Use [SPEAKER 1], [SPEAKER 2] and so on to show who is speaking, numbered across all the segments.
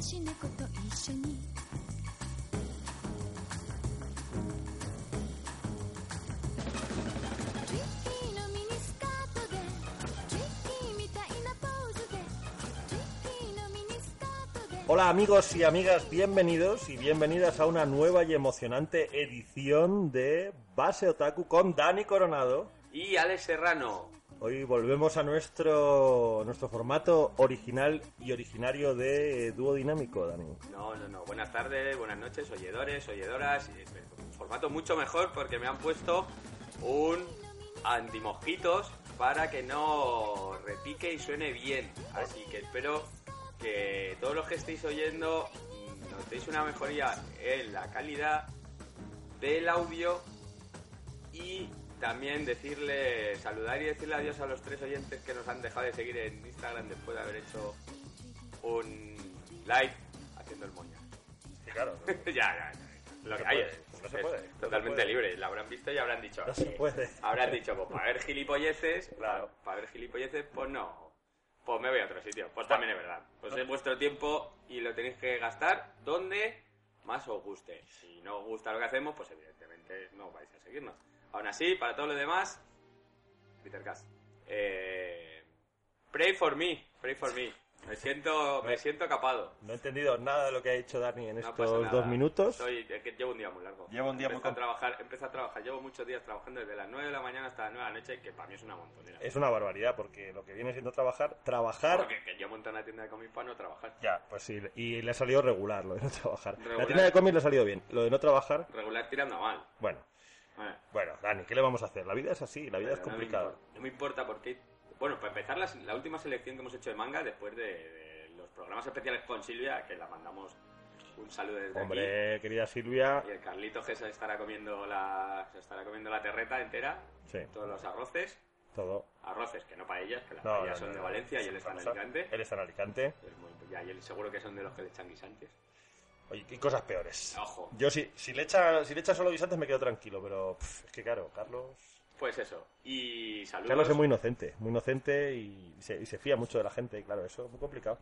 [SPEAKER 1] し猫と一緒に「トリッキーのミニスカートでトリッキーみたいなポーズでトリッキーのミニスカートで」
[SPEAKER 2] Hola amigos y amigas, bienvenidos y bienvenidas a una nueva y emocionante edición de Base Otaku con Dani Coronado.
[SPEAKER 3] Y Alex Serrano.
[SPEAKER 2] Hoy volvemos a nuestro, nuestro formato original y originario de Dúo Dinámico, Dani.
[SPEAKER 3] No, no, no. Buenas tardes, buenas noches, oyedores, oyedoras. Eh, Formato mucho mejor porque me han puesto un antimojitos para que no repique y suene bien. Así que espero que todos los que estéis oyendo mm, notéis una mejoría en la calidad del audio y también decirle, saludar y decirle adiós a los tres oyentes que nos han dejado de seguir en Instagram después de haber hecho un live haciendo el moña.
[SPEAKER 2] Claro,
[SPEAKER 3] ya, ya, ya. Lo
[SPEAKER 2] se
[SPEAKER 3] que hay
[SPEAKER 2] puede,
[SPEAKER 3] es,
[SPEAKER 2] no se
[SPEAKER 3] es
[SPEAKER 2] puede, no se
[SPEAKER 3] totalmente
[SPEAKER 2] puede.
[SPEAKER 3] libre. La habrán visto y habrán dicho.
[SPEAKER 2] No se
[SPEAKER 3] "Eh".
[SPEAKER 2] puede.
[SPEAKER 3] Habrán dicho, pues para ver gilipolleces,
[SPEAKER 2] Claro.
[SPEAKER 3] para ver gilipolleces, pues no. Pues me voy a otro sitio. Pues también es verdad. Pues es vuestro tiempo y lo tenéis que gastar donde más os guste. Si no os gusta lo que hacemos, pues evidentemente no vais a seguirnos. Aún así, para todo lo demás, Peter Cass. Eh, pray for me, pray for me. Me siento, me siento capado.
[SPEAKER 2] No he entendido nada de lo que ha hecho Dani en
[SPEAKER 3] No
[SPEAKER 2] estos
[SPEAKER 3] pasa nada.
[SPEAKER 2] dos minutos.
[SPEAKER 3] Soy- es que llevo un día muy largo.
[SPEAKER 4] Llevo un día muy
[SPEAKER 3] Empecé a
[SPEAKER 4] com-
[SPEAKER 3] trabajar, empecé a trabajar, llevo muchos días trabajando desde las 9 de la mañana hasta las 9 de la noche, que para mí es una montonera.
[SPEAKER 2] Es una barbaridad porque lo que viene siendo trabajar, trabajar...
[SPEAKER 3] Porque que yo monté una tienda de cómics para no trabajar.
[SPEAKER 2] Ya, pues sí, y le ha salido regular lo de no trabajar. La
[SPEAKER 3] Regular.
[SPEAKER 2] tienda de cómics le ha salido bien, lo de no trabajar,
[SPEAKER 3] Regular tirando a mal.
[SPEAKER 2] bueno.
[SPEAKER 3] Eh,
[SPEAKER 2] Bueno, Dani, ¿qué le vamos a hacer? La vida es así, la vida
[SPEAKER 3] pero
[SPEAKER 2] es
[SPEAKER 3] no me
[SPEAKER 2] complicada.
[SPEAKER 3] importa- No me importa porque... Bueno, para empezar, las- la, última selección que hemos hecho de manga, después de, de los programas especiales con Silvia, que la mandamos un saludo desde aquí.
[SPEAKER 2] Hombre, querida Silvia,
[SPEAKER 3] Y el Carlito que se estará comiendo la, se estará comiendo la terreta entera,
[SPEAKER 2] Sí.
[SPEAKER 3] todos los arroces.
[SPEAKER 2] todo.
[SPEAKER 3] arroces, que no paellas, que las
[SPEAKER 2] No,
[SPEAKER 3] paellas
[SPEAKER 2] no,
[SPEAKER 3] son
[SPEAKER 2] no,
[SPEAKER 3] de
[SPEAKER 2] no.
[SPEAKER 3] Valencia y él está en
[SPEAKER 2] Vamos a-
[SPEAKER 3] Alicante.
[SPEAKER 2] Él está en Alicante.
[SPEAKER 3] Es muy- ya, y él seguro que son de los que le echan guisantes.
[SPEAKER 2] Oye, qué cosas peores.
[SPEAKER 3] Ojo.
[SPEAKER 2] Yo si, si le echa, si le echa solo guisantes me quedo tranquilo, pero pff, es que claro, Carlos.
[SPEAKER 3] Pues eso. Y saludos.
[SPEAKER 2] Carlos es muy inocente, muy inocente y se, y se fía mucho de la gente, y claro, eso es muy complicado.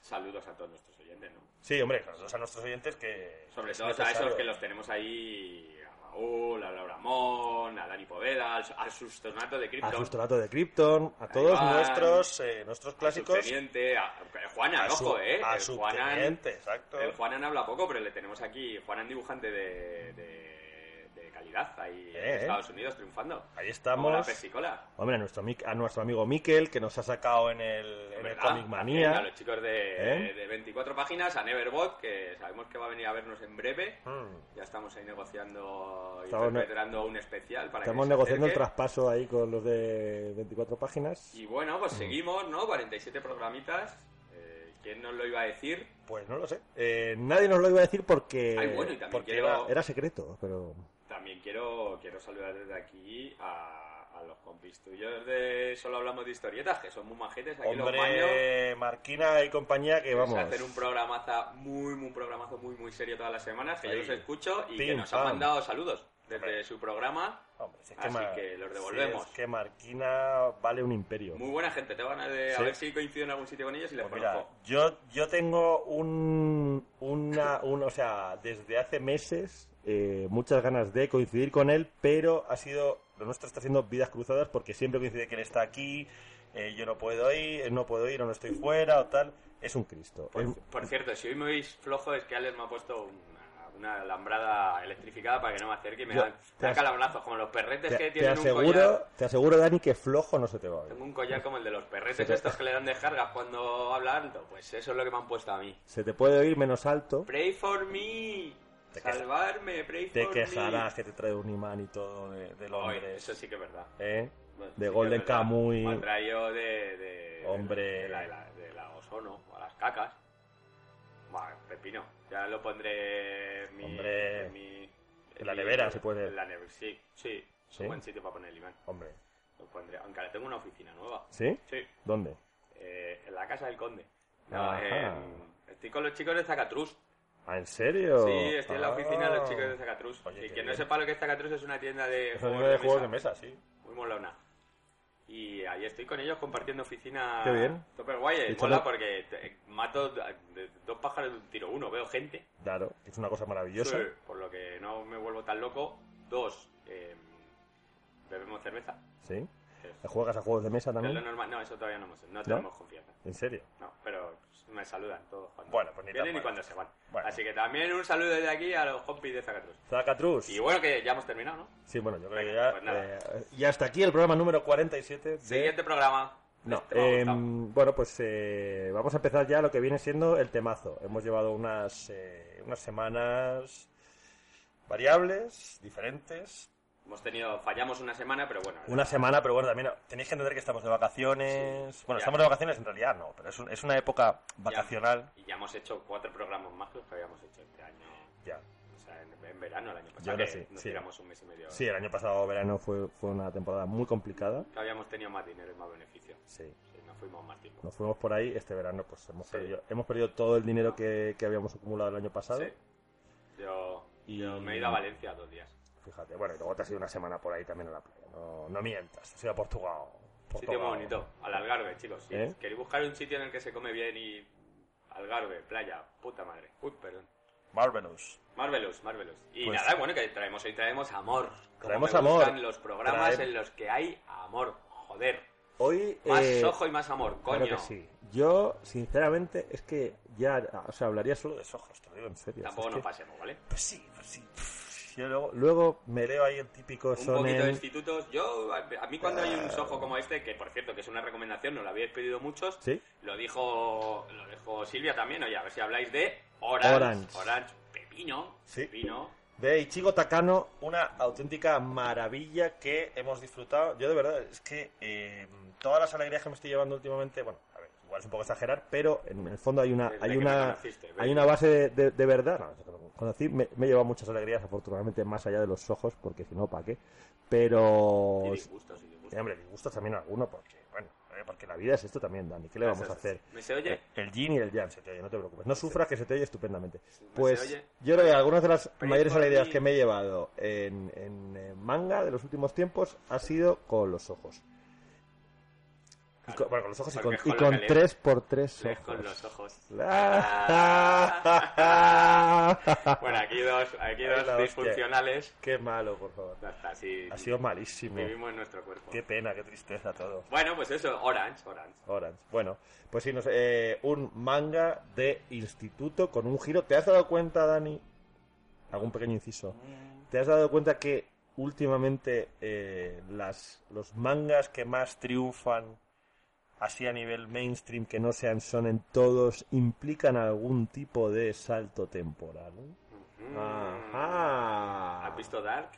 [SPEAKER 3] Saludos a todos nuestros oyentes, ¿no?
[SPEAKER 2] Sí, hombre, saludos a nuestros oyentes que.
[SPEAKER 3] Sobre
[SPEAKER 2] es
[SPEAKER 3] todo a
[SPEAKER 2] necesario.
[SPEAKER 3] esos que los tenemos ahí, a Raúl, a Laura Món, a Dani Poveda, al, al sustonato de
[SPEAKER 2] A
[SPEAKER 3] Krypton,
[SPEAKER 2] Sustonato de Krypton, a todos
[SPEAKER 3] van.
[SPEAKER 2] nuestros, eh, nuestros
[SPEAKER 3] al
[SPEAKER 2] clásicos.
[SPEAKER 3] subteniente, a, a Juanan,
[SPEAKER 2] su-
[SPEAKER 3] ojo, ¿eh?
[SPEAKER 2] a
[SPEAKER 3] El Juanan,
[SPEAKER 2] subteniente, exacto.
[SPEAKER 3] el Juanan habla poco, pero le tenemos aquí, Juanan dibujante de, de, de calidad, ahí
[SPEAKER 2] Eh, eh.
[SPEAKER 3] en Estados Unidos triunfando.
[SPEAKER 2] Ahí
[SPEAKER 3] Como la
[SPEAKER 2] estamos.
[SPEAKER 3] pepsicola.
[SPEAKER 2] Hombre, a nuestro, mic- a nuestro amigo Miquel, que nos ha sacado en el, en el
[SPEAKER 3] ¿Verdad?
[SPEAKER 2] Comic Manía.
[SPEAKER 3] A los chicos de,
[SPEAKER 2] ¿Eh?
[SPEAKER 3] de 24 páginas, a Neverbot, que sabemos que va a venir a vernos en breve.
[SPEAKER 2] Mm.
[SPEAKER 3] Ya estamos ahí negociando y
[SPEAKER 2] Estamos ne-
[SPEAKER 3] perpetrando un especial para que
[SPEAKER 2] Estamos
[SPEAKER 3] se
[SPEAKER 2] negociando el
[SPEAKER 3] acerque.
[SPEAKER 2] traspaso ahí con los de 24 páginas.
[SPEAKER 3] Y bueno,
[SPEAKER 2] Mm.
[SPEAKER 3] pues seguimos, ¿no? 47 programitas. Eh, ¿Quién nos lo iba a decir?
[SPEAKER 2] Pues no lo sé. Eh, nadie nos lo iba a decir porque,
[SPEAKER 3] Ay, bueno, y también
[SPEAKER 2] porque
[SPEAKER 3] quiero-
[SPEAKER 2] era, era secreto, pero...
[SPEAKER 3] También quiero, quiero saludar desde aquí a, a los compis tuyos de Solo Hablamos de Historietas, que son muy majetes aquí los maños.
[SPEAKER 2] Hombre, Marquina y compañía que vamos...
[SPEAKER 3] Se hacen un programaza muy, muy programazo, muy, muy serio todas las semanas, que
[SPEAKER 2] Ahí.
[SPEAKER 3] yo los escucho y que
[SPEAKER 2] Pim,
[SPEAKER 3] nos
[SPEAKER 2] pam.
[SPEAKER 3] han mandado saludos desde
[SPEAKER 2] Hombre.
[SPEAKER 3] su programa.
[SPEAKER 2] Hombre, si es
[SPEAKER 3] Así
[SPEAKER 2] Mar-
[SPEAKER 3] que los devolvemos.
[SPEAKER 2] si es que Marquina vale un imperio.
[SPEAKER 3] Muy buena gente, te van a, de- a
[SPEAKER 2] Sí.
[SPEAKER 3] ver si coincido en algún sitio con ellos y les
[SPEAKER 2] Pues mira,
[SPEAKER 3] conozco.
[SPEAKER 2] yo, yo tengo un, una, un- o sea, desde hace meses eh, muchas ganas de coincidir con él, pero ha sido, lo nuestro está haciendo vidas cruzadas porque siempre coincide que él está aquí, eh, yo no puedo ir, él no puedo ir o no estoy fuera o tal. Es un Cristo. Em,
[SPEAKER 3] Por,
[SPEAKER 2] Es-
[SPEAKER 3] por cierto, si hoy me veis flojo es que Alex me ha puesto una, una alambrada electrificada para que no me acerque y me
[SPEAKER 2] Yo-
[SPEAKER 3] dan,
[SPEAKER 2] te
[SPEAKER 3] dan
[SPEAKER 2] as-
[SPEAKER 3] calabrazos, como los perretes
[SPEAKER 2] te,
[SPEAKER 3] que
[SPEAKER 2] te
[SPEAKER 3] tienen un
[SPEAKER 2] aseguro,
[SPEAKER 3] collar.
[SPEAKER 2] te aseguro, Dani, que flojo no se te va a ver.
[SPEAKER 3] Tengo un collar como el de los
[SPEAKER 2] Se
[SPEAKER 3] perretes
[SPEAKER 2] te-
[SPEAKER 3] estos que le dan descargas cuando habla alto. Pues eso es lo que me han puesto a mí.
[SPEAKER 2] Se te puede oír menos alto.
[SPEAKER 3] Pray for me.
[SPEAKER 2] Te queja-
[SPEAKER 3] Salvarme, pray
[SPEAKER 2] Te
[SPEAKER 3] for
[SPEAKER 2] quejarás
[SPEAKER 3] me.
[SPEAKER 2] que te trae un imán y todo de, de
[SPEAKER 3] Ay,
[SPEAKER 2] Londres.
[SPEAKER 3] eso sí que es verdad.
[SPEAKER 2] ¿eh?
[SPEAKER 3] Bueno, sí
[SPEAKER 2] De
[SPEAKER 3] que
[SPEAKER 2] Golden
[SPEAKER 3] es verdad.
[SPEAKER 2] Kamuy.
[SPEAKER 3] Me han traído de, de-
[SPEAKER 2] Hombre.
[SPEAKER 3] De la, de la- de la ozono, a las cacas. Bueno, pepino. Ya lo pondré en mi.
[SPEAKER 2] Hombre.
[SPEAKER 3] en mi-
[SPEAKER 2] En la nevera se puede.
[SPEAKER 3] En la nevera, sí. Sí. Es
[SPEAKER 2] ¿Sí?
[SPEAKER 3] un buen sitio para poner el imán.
[SPEAKER 2] Hombre,
[SPEAKER 3] Lo pondré. Aunque ahora tengo una oficina nueva.
[SPEAKER 2] ¿sí?
[SPEAKER 3] Sí.
[SPEAKER 2] ¿Dónde?
[SPEAKER 3] Eh, en la casa del conde. No,
[SPEAKER 2] Ajá.
[SPEAKER 3] en- estoy con los chicos de Zacatrus.
[SPEAKER 2] ¿Ah, ¿En serio? Ah.
[SPEAKER 3] Sí, estoy en la oficina de los chicos de
[SPEAKER 2] Zacatruz.
[SPEAKER 3] Zacatrus.
[SPEAKER 2] Oye,
[SPEAKER 3] y
[SPEAKER 2] qué
[SPEAKER 3] quien no
[SPEAKER 2] bien.
[SPEAKER 3] sepa lo que es Zacatrus es una tienda de
[SPEAKER 2] Es una tienda de juegos de mesa, sí.
[SPEAKER 3] Muy molona. Y ahí estoy con ellos compartiendo oficina.
[SPEAKER 2] Qué bien.
[SPEAKER 3] Súper guay. eh,
[SPEAKER 2] Y
[SPEAKER 3] Mola
[SPEAKER 2] solo-
[SPEAKER 3] porque te- mato d- de- dos pájaros de un tiro. Uno, veo gente.
[SPEAKER 2] Claro, es una cosa maravillosa.
[SPEAKER 3] Sí, Por lo que no me vuelvo tan loco. Dos, eh, bebemos cerveza.
[SPEAKER 2] Sí.
[SPEAKER 3] que es-
[SPEAKER 2] ¿Juegas a juegos de mesa
[SPEAKER 3] es lo
[SPEAKER 2] también?
[SPEAKER 3] normal. No, eso todavía no hemos No tenemos confianza.
[SPEAKER 2] ¿En serio?
[SPEAKER 3] No, pero pues, me saludan todos cuando
[SPEAKER 2] Bueno, pues ni tan
[SPEAKER 3] vienen y
[SPEAKER 2] mal.
[SPEAKER 3] cuando se van.
[SPEAKER 2] Bueno.
[SPEAKER 3] Así que también un saludo desde aquí a los compis de Zacatrus.
[SPEAKER 2] Zacatrus.
[SPEAKER 3] Y bueno, que ya hemos terminado, ¿no?
[SPEAKER 2] Sí, bueno, yo creo que
[SPEAKER 3] Venga,
[SPEAKER 2] ya.
[SPEAKER 3] pues nada.
[SPEAKER 2] eh, y hasta aquí el programa número 47 de.
[SPEAKER 3] Siguiente programa.
[SPEAKER 2] No,
[SPEAKER 3] Este me ha
[SPEAKER 2] em,
[SPEAKER 3] gustado.
[SPEAKER 2] bueno, pues eh, vamos a empezar ya lo que viene siendo el temazo. Hemos llevado unas, eh, unas semanas variables, diferentes.
[SPEAKER 3] Hemos tenido, fallamos una semana, pero bueno.
[SPEAKER 2] Una semana, pero bueno, también tenéis que entender que estamos de vacaciones.
[SPEAKER 3] Sí,
[SPEAKER 2] bueno,
[SPEAKER 3] ya.
[SPEAKER 2] estamos de vacaciones en realidad, no, pero es, un- es una época vacacional.
[SPEAKER 3] Y ya hemos hecho cuatro programas más que los que habíamos hecho este año.
[SPEAKER 2] Ya.
[SPEAKER 3] O sea, en, en verano, el año
[SPEAKER 2] Yo
[SPEAKER 3] pasado.
[SPEAKER 2] creo
[SPEAKER 3] que
[SPEAKER 2] sí,
[SPEAKER 3] nos
[SPEAKER 2] sí.
[SPEAKER 3] tiramos un mes y medio.
[SPEAKER 2] Sí, el año pasado verano fue, fue una temporada muy complicada.
[SPEAKER 3] Que habíamos tenido más dinero y más beneficio.
[SPEAKER 2] Sí.
[SPEAKER 3] Sí, nos fuimos más tiempo.
[SPEAKER 2] Nos fuimos por ahí, este verano pues hemos,
[SPEAKER 3] Sí.
[SPEAKER 2] perdido, hemos perdido todo el dinero que, que habíamos acumulado el año pasado.
[SPEAKER 3] Sí. Yo,
[SPEAKER 2] Y-
[SPEAKER 3] yo me he ido a Valencia dos días.
[SPEAKER 2] Fíjate, bueno, y luego te has ido una semana por ahí también a la playa. No, no mientas, te has ido a Portugal.
[SPEAKER 3] Sitio
[SPEAKER 2] Portugal.
[SPEAKER 3] muy bonito, al Algarve, chicos. Si
[SPEAKER 2] Pues ¿Eh?
[SPEAKER 3] queréis buscar un sitio en el que se come bien y. Algarve, playa, puta madre. Uy, perdón.
[SPEAKER 2] Marvelous.
[SPEAKER 3] Marvelous, Marvelous. Y
[SPEAKER 2] Pues-
[SPEAKER 3] nada, bueno, que traemos hoy traemos amor. Como
[SPEAKER 2] Traemos
[SPEAKER 3] me
[SPEAKER 2] amor.
[SPEAKER 3] gustan los programas
[SPEAKER 2] Trae-
[SPEAKER 3] en los que hay amor. Joder.
[SPEAKER 2] Hoy...
[SPEAKER 3] Más
[SPEAKER 2] eh,
[SPEAKER 3] ojo y más amor, coño.
[SPEAKER 2] Claro que sí. Yo, sinceramente, es que ya... O sea, hablaría solo de ojos, te lo digo en serio.
[SPEAKER 3] Tampoco
[SPEAKER 2] Es
[SPEAKER 3] nos
[SPEAKER 2] que-
[SPEAKER 3] pasemos, ¿vale?
[SPEAKER 2] Pues sí, pues sí. Pff, Yo luego, luego me leo ahí el típico
[SPEAKER 3] Un poquito de
[SPEAKER 2] sonen...
[SPEAKER 3] institutos. Yo, a a mí cuando hay
[SPEAKER 2] Ah.
[SPEAKER 3] un sojo como este, que por cierto que es una recomendación, no lo habíais pedido muchos,
[SPEAKER 2] Sí,
[SPEAKER 3] lo dijo lo dijo Silvia también, oye, a ver si habláis de Orange.
[SPEAKER 2] Orange.
[SPEAKER 3] pepino,
[SPEAKER 2] Sí.
[SPEAKER 3] pepino.
[SPEAKER 2] de Ichigo Takano, una auténtica maravilla que hemos disfrutado. Yo de verdad, es que eh, todas las alegrías que me estoy llevando últimamente, bueno, a ver, igual es un poco exagerar, pero en el fondo hay una,
[SPEAKER 3] Desde
[SPEAKER 2] hay
[SPEAKER 3] que me
[SPEAKER 2] una,
[SPEAKER 3] conociste,
[SPEAKER 2] hay una base de, de- de verdad. No, desde que lo conocí, me, me he llevado muchas alegrías, afortunadamente, más allá de los ojos, porque si no, ¿para qué? Pero...
[SPEAKER 3] Y disgustos, y disgustos.
[SPEAKER 2] eh, hombre, disgustos también a alguno, porque, bueno, eh, porque la vida es esto también, Dani, ¿qué le vamos a hacer? Eh,
[SPEAKER 3] ¿Me se oye?
[SPEAKER 2] El yin y el yang se te oye, no te preocupes. No sufras que se te oye estupendamente.
[SPEAKER 3] ¿Me
[SPEAKER 2] Pues
[SPEAKER 3] se oye?
[SPEAKER 2] yo creo que algunas de las
[SPEAKER 3] Pero
[SPEAKER 2] mayores
[SPEAKER 3] por
[SPEAKER 2] alegrías
[SPEAKER 3] mí-
[SPEAKER 2] que me he llevado en, en, eh, manga de los últimos tiempos ha sido con los ojos. Y con- bueno, con los ojos y
[SPEAKER 3] Porque
[SPEAKER 2] con,
[SPEAKER 3] es
[SPEAKER 2] y
[SPEAKER 3] con lo
[SPEAKER 2] con
[SPEAKER 3] que
[SPEAKER 2] tres por tres
[SPEAKER 3] lees
[SPEAKER 2] ojos. Ah.
[SPEAKER 3] con los ojos. Bueno,
[SPEAKER 2] bueno,
[SPEAKER 3] aquí dos, aquí
[SPEAKER 2] Ay, la
[SPEAKER 3] dos
[SPEAKER 2] hostia.
[SPEAKER 3] disfuncionales.
[SPEAKER 2] Qué malo, por favor.
[SPEAKER 3] Ya está, así
[SPEAKER 2] Ha sido malísimo.
[SPEAKER 3] vivimos en nuestro cuerpo.
[SPEAKER 2] Qué pena, qué tristeza todo.
[SPEAKER 3] Bueno, pues eso, Orange, Orange.
[SPEAKER 2] Orange. Bueno, pues sí, no sé, eh, un manga de instituto con un giro. ¿Te has dado cuenta, Dani? Algún pequeño inciso. ¿Te has dado cuenta que últimamente eh, las, los mangas que más triunfan así a nivel mainstream que no sean shonen todos implican algún tipo de salto temporal?
[SPEAKER 3] Ujú.
[SPEAKER 2] Ajá.
[SPEAKER 3] Mm. ¿Has visto Dark?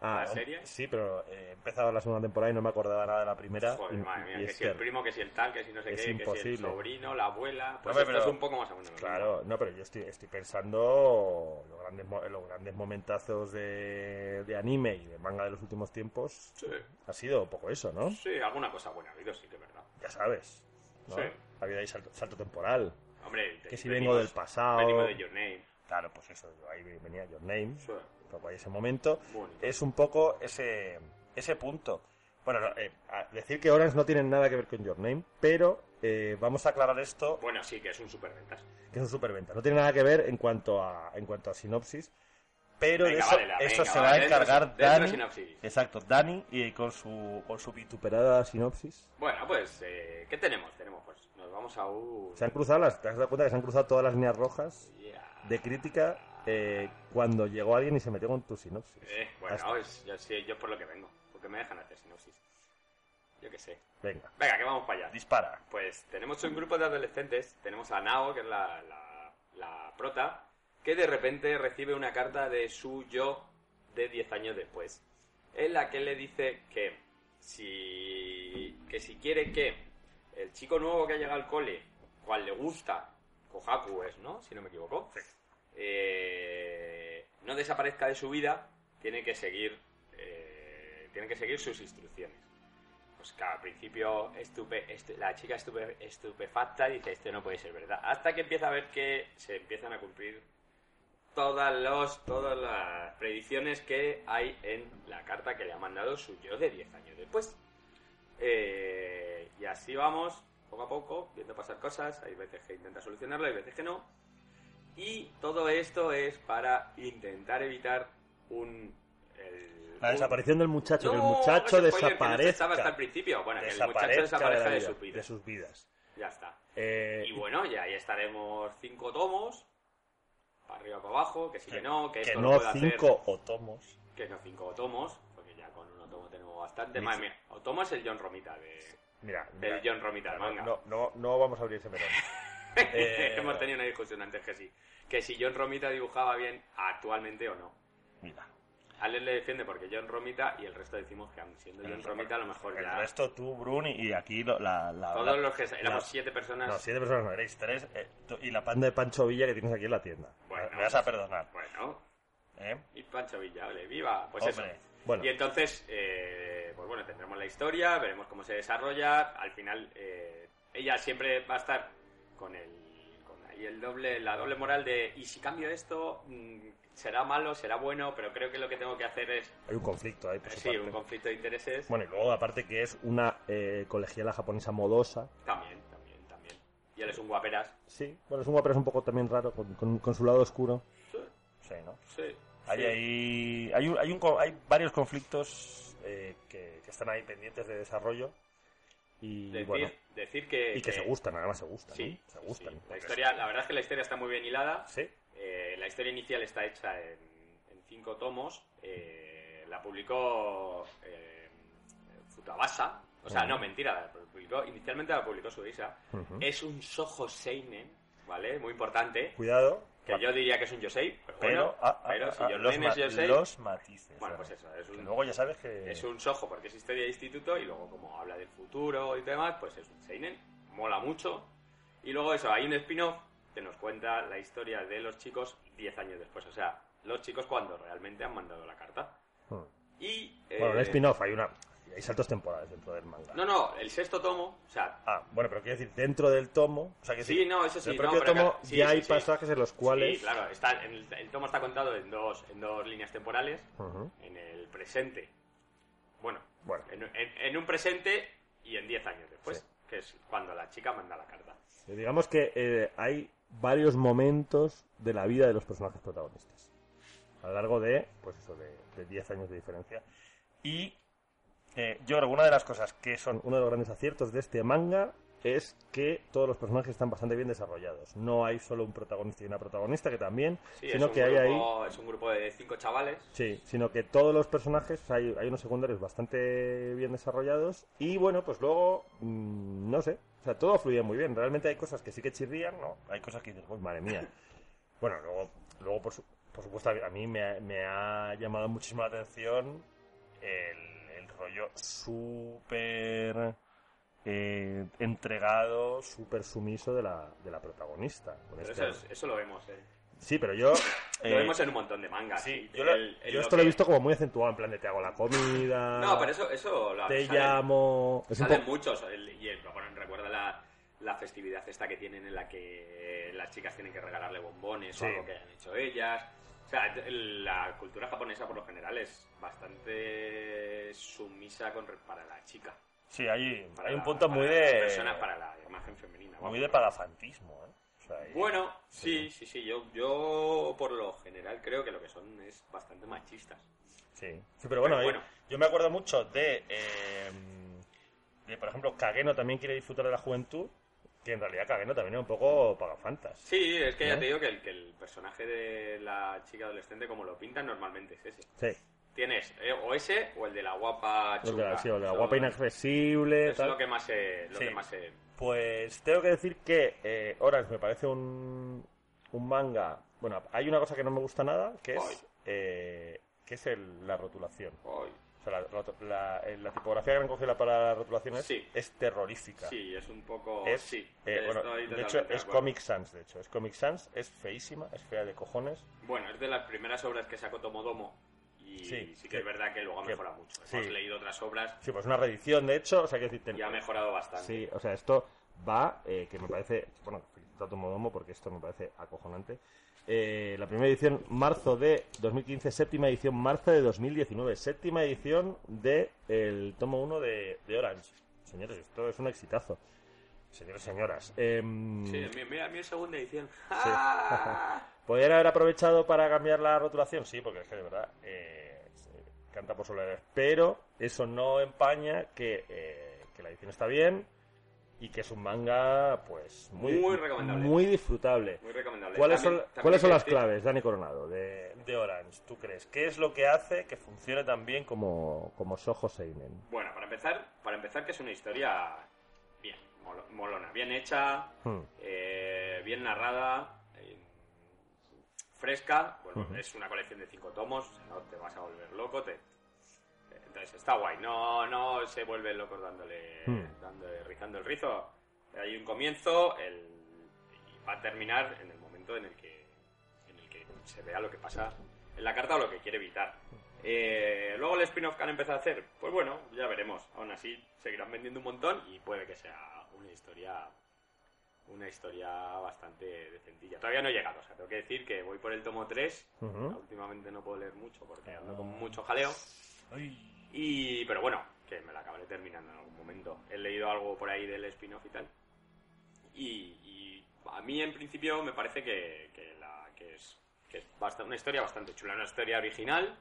[SPEAKER 2] Ah,
[SPEAKER 3] la serie?
[SPEAKER 2] Sí, pero eh, he empezado la segunda temporada y no me acordaba nada de la primera.
[SPEAKER 3] Joder,
[SPEAKER 2] y-
[SPEAKER 3] madre
[SPEAKER 2] y
[SPEAKER 3] mía, que
[SPEAKER 2] es
[SPEAKER 3] si el
[SPEAKER 2] terrible.
[SPEAKER 3] primo, que si el tal, que si no
[SPEAKER 2] Es
[SPEAKER 3] sé qué, que si el
[SPEAKER 2] imposible.
[SPEAKER 3] sobrino, la abuela. Pues
[SPEAKER 2] Hombre,
[SPEAKER 3] esto
[SPEAKER 2] pero-
[SPEAKER 3] es un poco más o menos. lo mismo.
[SPEAKER 2] Claro, no, pero yo estoy, estoy pensando los grandes, mo- los grandes momentazos de, de anime y de manga de los últimos tiempos.
[SPEAKER 3] Sí,
[SPEAKER 2] Ha sido un poco eso, ¿no?
[SPEAKER 3] sí, alguna cosa buena ha habido, sí que es verdad.
[SPEAKER 2] Ya sabes. ¿no?
[SPEAKER 3] Sí.
[SPEAKER 2] Ha habido ahí salto, salto temporal.
[SPEAKER 3] Hombre, te-
[SPEAKER 2] Que si
[SPEAKER 3] venimos-
[SPEAKER 2] vengo del pasado.
[SPEAKER 3] Venimos de Your Name.
[SPEAKER 2] Claro, pues eso, yo ahí venía Your Name.
[SPEAKER 3] Sí,
[SPEAKER 2] Luego hay ese momento.
[SPEAKER 3] bonito.
[SPEAKER 2] Es un poco ese, ese punto. Bueno, no, eh, a- decir que Orange no tienen nada que ver con Your Name, pero eh, vamos a aclarar esto
[SPEAKER 3] Bueno, sí, que es un superventas.
[SPEAKER 2] que es un superventa. No tiene nada que ver en cuanto a, en cuanto a sinopsis, pero de
[SPEAKER 3] Venga,
[SPEAKER 2] eso,
[SPEAKER 3] vale, la-
[SPEAKER 2] eso
[SPEAKER 3] venga,
[SPEAKER 2] se va
[SPEAKER 3] vale,
[SPEAKER 2] a
[SPEAKER 3] dentro-
[SPEAKER 2] encargar
[SPEAKER 3] dentro
[SPEAKER 2] Dani.
[SPEAKER 3] sinopsis.
[SPEAKER 2] Exacto, Dani y con su, con su vituperada sinopsis.
[SPEAKER 3] Bueno, pues, eh, ¿qué tenemos? Tenemos, pues, nos vamos a un...
[SPEAKER 2] Se han cruzado, las, ¿te has dado cuenta que se han cruzado todas las líneas rojas
[SPEAKER 3] Yeah.
[SPEAKER 2] de crítica eh, cuando llegó alguien y se metió con tu sinopsis?
[SPEAKER 3] Eh, bueno,
[SPEAKER 2] Hasta-
[SPEAKER 3] es- yo, sí, yo por lo que vengo. Porque me dejan hacer sinopsis. Yo qué sé.
[SPEAKER 2] Venga,
[SPEAKER 3] Venga, que vamos para allá.
[SPEAKER 2] dispara.
[SPEAKER 3] Pues tenemos un grupo de adolescentes, tenemos a Nao, que es la, la- la prota, que de repente recibe una carta de su yo de 10 años después, en la que le dice que si, que si quiere que el chico nuevo que ha llegado al cole, cual le gusta, Kohaku es, ¿no? Si no me equivoco, eh, no desaparezca de su vida, tiene que seguir, eh, tiene que seguir sus instrucciones. Pues claro, al principio estupe, estu- la chica estupe, estupefacta dice, esto no puede ser verdad. Hasta que empieza a ver que se empiezan a cumplir todas, los, todas las predicciones que hay en la carta que le ha mandado su yo de 10 años después. Eh, y así vamos, poco a poco, viendo pasar cosas. Hay veces que intenta solucionarlo, hay veces que no. Y todo esto es para intentar evitar un. el-
[SPEAKER 2] La
[SPEAKER 3] un-
[SPEAKER 2] desaparición del muchacho, que el
[SPEAKER 3] No,
[SPEAKER 2] muchacho
[SPEAKER 3] pues spoiler, que no se
[SPEAKER 2] desaparezca.
[SPEAKER 3] estaba hasta el principio. Bueno, que el muchacho
[SPEAKER 2] Desaparezca
[SPEAKER 3] desaparezca
[SPEAKER 2] la
[SPEAKER 3] de
[SPEAKER 2] vida,
[SPEAKER 3] su vida.
[SPEAKER 2] de sus vidas.
[SPEAKER 3] Ya está.
[SPEAKER 2] Eh,
[SPEAKER 3] Y bueno, ya ahí estaremos cinco tomos. Para arriba, para abajo, que sí que no, que,
[SPEAKER 2] que
[SPEAKER 3] esto
[SPEAKER 2] no
[SPEAKER 3] lo puede hacer-
[SPEAKER 2] cinco o tomos.
[SPEAKER 3] que no cinco tomos, porque ya con un tomo tenemos bastante.
[SPEAKER 2] Sí,
[SPEAKER 3] Madre
[SPEAKER 2] sí.
[SPEAKER 3] mía, Otomo es el John Romita de,
[SPEAKER 2] Mira, mira,
[SPEAKER 3] del John Romita, el manga.
[SPEAKER 2] no, no, no vamos a abrir ese melón. eh,
[SPEAKER 3] Hemos tenido una discusión antes que sí. Que si John Romita dibujaba bien actualmente o no.
[SPEAKER 2] Mira,
[SPEAKER 3] Alex le defiende porque John Romita y el resto decimos que aun siendo John Romita a lo mejor
[SPEAKER 2] el
[SPEAKER 3] ya...
[SPEAKER 2] resto tú, Bruni, y aquí lo- la, la- la-
[SPEAKER 3] Todos los que... Éramos
[SPEAKER 2] la-
[SPEAKER 3] siete personas...
[SPEAKER 2] No, siete personas no, erais tres. eh, tú- y la panda de Pancho Villa que tienes aquí en la tienda.
[SPEAKER 3] Bueno.
[SPEAKER 2] Me vas a perdonar.
[SPEAKER 3] Bueno,
[SPEAKER 2] ¿eh?
[SPEAKER 3] y Pancho Villa, ole, viva. Pues
[SPEAKER 2] Hombre,
[SPEAKER 3] eso.
[SPEAKER 2] Bueno,
[SPEAKER 3] Y entonces, eh, pues bueno, tendremos la historia, veremos cómo se desarrolla. Al final, eh, ella siempre va a estar con el, con ahí el doble, la doble moral de y si cambio esto mm, será malo, será bueno, pero creo que lo que tengo que hacer es
[SPEAKER 2] hay un conflicto ahí, por su
[SPEAKER 3] sí,
[SPEAKER 2] parte.
[SPEAKER 3] un conflicto de intereses.
[SPEAKER 2] Bueno, y luego aparte que es una eh, colegiala japonesa modosa.
[SPEAKER 3] También, también, también. Y él es un guaperas.
[SPEAKER 2] Sí, bueno, es un guapero, es un poco también raro, con, con- con su lado oscuro.
[SPEAKER 3] Sí,
[SPEAKER 2] Sí, ¿no?
[SPEAKER 3] sí,
[SPEAKER 2] Hay,
[SPEAKER 3] sí.
[SPEAKER 2] ahí- hay, un- hay, un co- hay varios conflictos eh, que, que están ahí pendientes de desarrollo y
[SPEAKER 3] Decir,
[SPEAKER 2] bueno
[SPEAKER 3] decir que,
[SPEAKER 2] y que se gustan, además se gustan.
[SPEAKER 3] Sí,
[SPEAKER 2] ¿no? se
[SPEAKER 3] sí,
[SPEAKER 2] gustan.
[SPEAKER 3] sí. La,
[SPEAKER 2] porque-
[SPEAKER 3] historia, la verdad es que la historia está muy bien hilada.
[SPEAKER 2] Sí,
[SPEAKER 3] Eh, la historia inicial está hecha en, en cinco tomos. eh, la publicó eh, Futabasa. O sea,
[SPEAKER 2] Ujú.
[SPEAKER 3] no, mentira. la publicó, inicialmente la publicó Suiza.
[SPEAKER 2] ujú.
[SPEAKER 3] Es un Soho Seinen, ¿vale? Muy importante.
[SPEAKER 2] Cuidado,
[SPEAKER 3] Que yo diría que es un Yosei, pero,
[SPEAKER 2] pero,
[SPEAKER 3] bueno,
[SPEAKER 2] ah, ah,
[SPEAKER 3] pero si
[SPEAKER 2] ah, los,
[SPEAKER 3] Yosei
[SPEAKER 2] ma-
[SPEAKER 3] es Yosei,
[SPEAKER 2] los matices.
[SPEAKER 3] bueno,
[SPEAKER 2] ¿no?
[SPEAKER 3] pues eso, es
[SPEAKER 2] Que
[SPEAKER 3] un,
[SPEAKER 2] luego ya sabes que
[SPEAKER 3] es un Soho porque es historia de instituto y luego como habla del futuro y demás, pues es un Seinen, mola mucho. Y luego eso, hay un spin-off que nos cuenta la historia de los chicos 10 años después, o sea, los chicos cuando realmente han mandado la carta.
[SPEAKER 2] Hmm.
[SPEAKER 3] Y...
[SPEAKER 2] Bueno, un
[SPEAKER 3] eh,
[SPEAKER 2] spin-off, hay una hay saltos temporales dentro del manga.
[SPEAKER 3] No, no, el sexto tomo, o sea...
[SPEAKER 2] Ah, bueno, pero quiero decir, dentro del tomo, o sea que
[SPEAKER 3] Sí, no, eso sí,
[SPEAKER 2] el
[SPEAKER 3] no,
[SPEAKER 2] propio
[SPEAKER 3] pero
[SPEAKER 2] tomo
[SPEAKER 3] que- sí,
[SPEAKER 2] ya
[SPEAKER 3] sí,
[SPEAKER 2] hay
[SPEAKER 3] sí.
[SPEAKER 2] pasajes en los cuales
[SPEAKER 3] Sí, claro, está, en el, el tomo está contado en dos, en dos líneas temporales,
[SPEAKER 2] Ujú.
[SPEAKER 3] en el presente. Bueno,
[SPEAKER 2] Bueno,
[SPEAKER 3] en, en- en un presente y en 10 años después,
[SPEAKER 2] Sí.
[SPEAKER 3] que es cuando la chica manda la carta.
[SPEAKER 2] Eh, Digamos que eh, hay varios momentos de la vida de los personajes protagonistas. A lo largo de, pues eso, de de 10 años de diferencia. Y eh, yo creo que una de las cosas que son uno de los grandes aciertos de este manga es que todos los personajes están bastante bien desarrollados. No hay solo un protagonista y una protagonista, que también,
[SPEAKER 3] Sí, es,
[SPEAKER 2] sino
[SPEAKER 3] un
[SPEAKER 2] que hay ahí...
[SPEAKER 3] grupo, es un grupo de cinco chavales.
[SPEAKER 2] Sí, sino que todos los personajes, hay, hay unos secundarios bastante bien desarrollados y bueno, pues luego, mm, no sé, o sea, todo fluye muy bien. Realmente hay cosas que sí que chirrían, ¿no? Hay cosas que dices, "Uy, madre mía. bueno, luego, luego por, su- por supuesto, a mí me, ha- me ha llamado muchísimo la atención el, el rollo súper eh, entregado, súper sumiso de la, de la protagonista. Con
[SPEAKER 3] Pero
[SPEAKER 2] este-
[SPEAKER 3] eso, es- eso lo vemos. eh.
[SPEAKER 2] Sí, pero yo...
[SPEAKER 3] lo
[SPEAKER 2] eh,
[SPEAKER 3] vemos en un montón de mangas.
[SPEAKER 2] Sí,
[SPEAKER 3] y
[SPEAKER 2] yo, lo-
[SPEAKER 3] Ah, el- el
[SPEAKER 2] yo esto lo
[SPEAKER 3] que-
[SPEAKER 2] he visto como muy acentuado, en plan de te hago la comida,
[SPEAKER 3] No, pero eso, eso lo
[SPEAKER 2] te
[SPEAKER 3] sale-
[SPEAKER 2] llamo... Es un
[SPEAKER 3] Salen
[SPEAKER 2] poco-
[SPEAKER 3] muchos. el- y el, bueno, recuerda la, la festividad esta que tienen en la que las chicas tienen que regalarle bombones
[SPEAKER 2] Sí.
[SPEAKER 3] o algo que hayan hecho ellas. O sea, el- la cultura japonesa por lo general es bastante sumisa con, re- para la chica.
[SPEAKER 2] Sí, hay,
[SPEAKER 3] Para
[SPEAKER 2] hay un
[SPEAKER 3] la-
[SPEAKER 2] punto
[SPEAKER 3] para
[SPEAKER 2] muy
[SPEAKER 3] las
[SPEAKER 2] de...
[SPEAKER 3] personas, para la imagen femenina.
[SPEAKER 2] Muy
[SPEAKER 3] vamos.
[SPEAKER 2] de pagafantismo, ¿eh? O sea, hay-
[SPEAKER 3] Bueno, sí, sí, sí. Yo, yo por lo general creo que lo que son es bastante machistas.
[SPEAKER 2] Sí. Sí, pero bueno,
[SPEAKER 3] Pero
[SPEAKER 2] hay-
[SPEAKER 3] bueno.
[SPEAKER 2] yo me acuerdo mucho de, eh, de, por ejemplo, Kageno también quiere disfrutar de la juventud, que en realidad Kageno también es un poco pagafantas.
[SPEAKER 3] Sí, es que
[SPEAKER 2] ¿Eh?
[SPEAKER 3] ya te digo que el, que el personaje de la chica adolescente, como lo pintan, normalmente es ese.
[SPEAKER 2] Sí,
[SPEAKER 3] Tienes eh, o ese o el de la guapa
[SPEAKER 2] o de
[SPEAKER 3] chunga.
[SPEAKER 2] la, sí, o de la
[SPEAKER 3] Eso
[SPEAKER 2] guapa e inaccesible,
[SPEAKER 3] Es
[SPEAKER 2] tal.
[SPEAKER 3] lo que más se... Lo
[SPEAKER 2] Sí.
[SPEAKER 3] que más se-
[SPEAKER 2] Pues tengo que decir que eh, Orange me parece un, un manga. Bueno, hay una cosa que no me gusta nada, que
[SPEAKER 3] Ay.
[SPEAKER 2] es, eh, que es el- la rotulación.
[SPEAKER 3] Ay,
[SPEAKER 2] O sea, la, roto- la- eh, la tipografía que han cogido para la rotulación es,
[SPEAKER 3] Sí.
[SPEAKER 2] es terrorífica.
[SPEAKER 3] sí, es un poco...
[SPEAKER 2] Es,
[SPEAKER 3] sí,
[SPEAKER 2] eh, bueno, de
[SPEAKER 3] estoy totalmente
[SPEAKER 2] hecho,
[SPEAKER 3] de
[SPEAKER 2] es
[SPEAKER 3] acuerdo.
[SPEAKER 2] Comic Sans, de hecho. Es Comic Sans, es feísima, es fea de cojones.
[SPEAKER 3] Bueno, es de las primeras obras que sacó Tomodomo y
[SPEAKER 2] Sí,
[SPEAKER 3] sí,
[SPEAKER 2] que-
[SPEAKER 3] que es verdad que luego ha
[SPEAKER 2] que-
[SPEAKER 3] mejorado mucho.
[SPEAKER 2] sí.
[SPEAKER 3] Hemos leído otras obras
[SPEAKER 2] Sí, pues una reedición, de hecho. O sea, que decir, ten-
[SPEAKER 3] y ha mejorado bastante.
[SPEAKER 2] Sí, o sea, esto va, eh, que me parece, bueno, felicito a Tomodomo porque esto me parece acojonante. Eh, la primera edición, marzo de 2015, séptima edición, marzo de 2019, séptima edición de el tomo 1 de, de Orange. Señores, esto es un exitazo. Señores, señoras. em,
[SPEAKER 3] Sí, mi- mira, mi segunda edición.
[SPEAKER 2] Sí.
[SPEAKER 3] ¡Ah!
[SPEAKER 2] ¿Podrían haber aprovechado para cambiar la rotulación? Sí, porque es que de verdad eh, se canta por soledades. Pero eso no empaña que, eh, que la edición está bien y que es un manga, pues, muy,
[SPEAKER 3] Muy recomendable.
[SPEAKER 2] muy disfrutable.
[SPEAKER 3] Muy recomendable.
[SPEAKER 2] ¿Cuáles son,
[SPEAKER 3] También- también
[SPEAKER 2] ¿cuáles son
[SPEAKER 3] hay
[SPEAKER 2] las
[SPEAKER 3] que decir-
[SPEAKER 2] claves, Dani Coronado, de, de Orange? ¿Tú crees? ¿Qué es lo que hace que funcione tan bien como, como Soho Seinen?
[SPEAKER 3] Bueno, para empezar, para empezar que es una historia bien, molo- molona, bien hecha,
[SPEAKER 2] Hmm.
[SPEAKER 3] eh, bien narrada, eh, fresca. Bueno,
[SPEAKER 2] Ujú.
[SPEAKER 3] es una colección de cinco tomos, o sea, no te vas a volver loco. Te... Entonces está guay, no, no se vuelven locos dándole,
[SPEAKER 2] Mm.
[SPEAKER 3] dándole- rizando el rizo. Hay un comienzo el- y va a terminar en el momento en el, que, en el que se vea lo que pasa en la carta o lo que quiere evitar. Eh, luego el spin-off que han empezado a hacer, pues bueno, ya veremos. Aún así seguirán vendiendo un montón y puede que sea una historia una historia bastante decentilla. Todavía no he llegado, o sea, tengo que decir que voy por el tomo 3.
[SPEAKER 2] Ujú.
[SPEAKER 3] Últimamente no puedo leer mucho porque ando con mucho jaleo. Y, pero bueno, que me la acabaré terminando en algún momento. He leído algo por ahí del spin-off y tal. Y, y a mí en principio me parece que, que la, que es, que es basta- una historia bastante chula, una historia original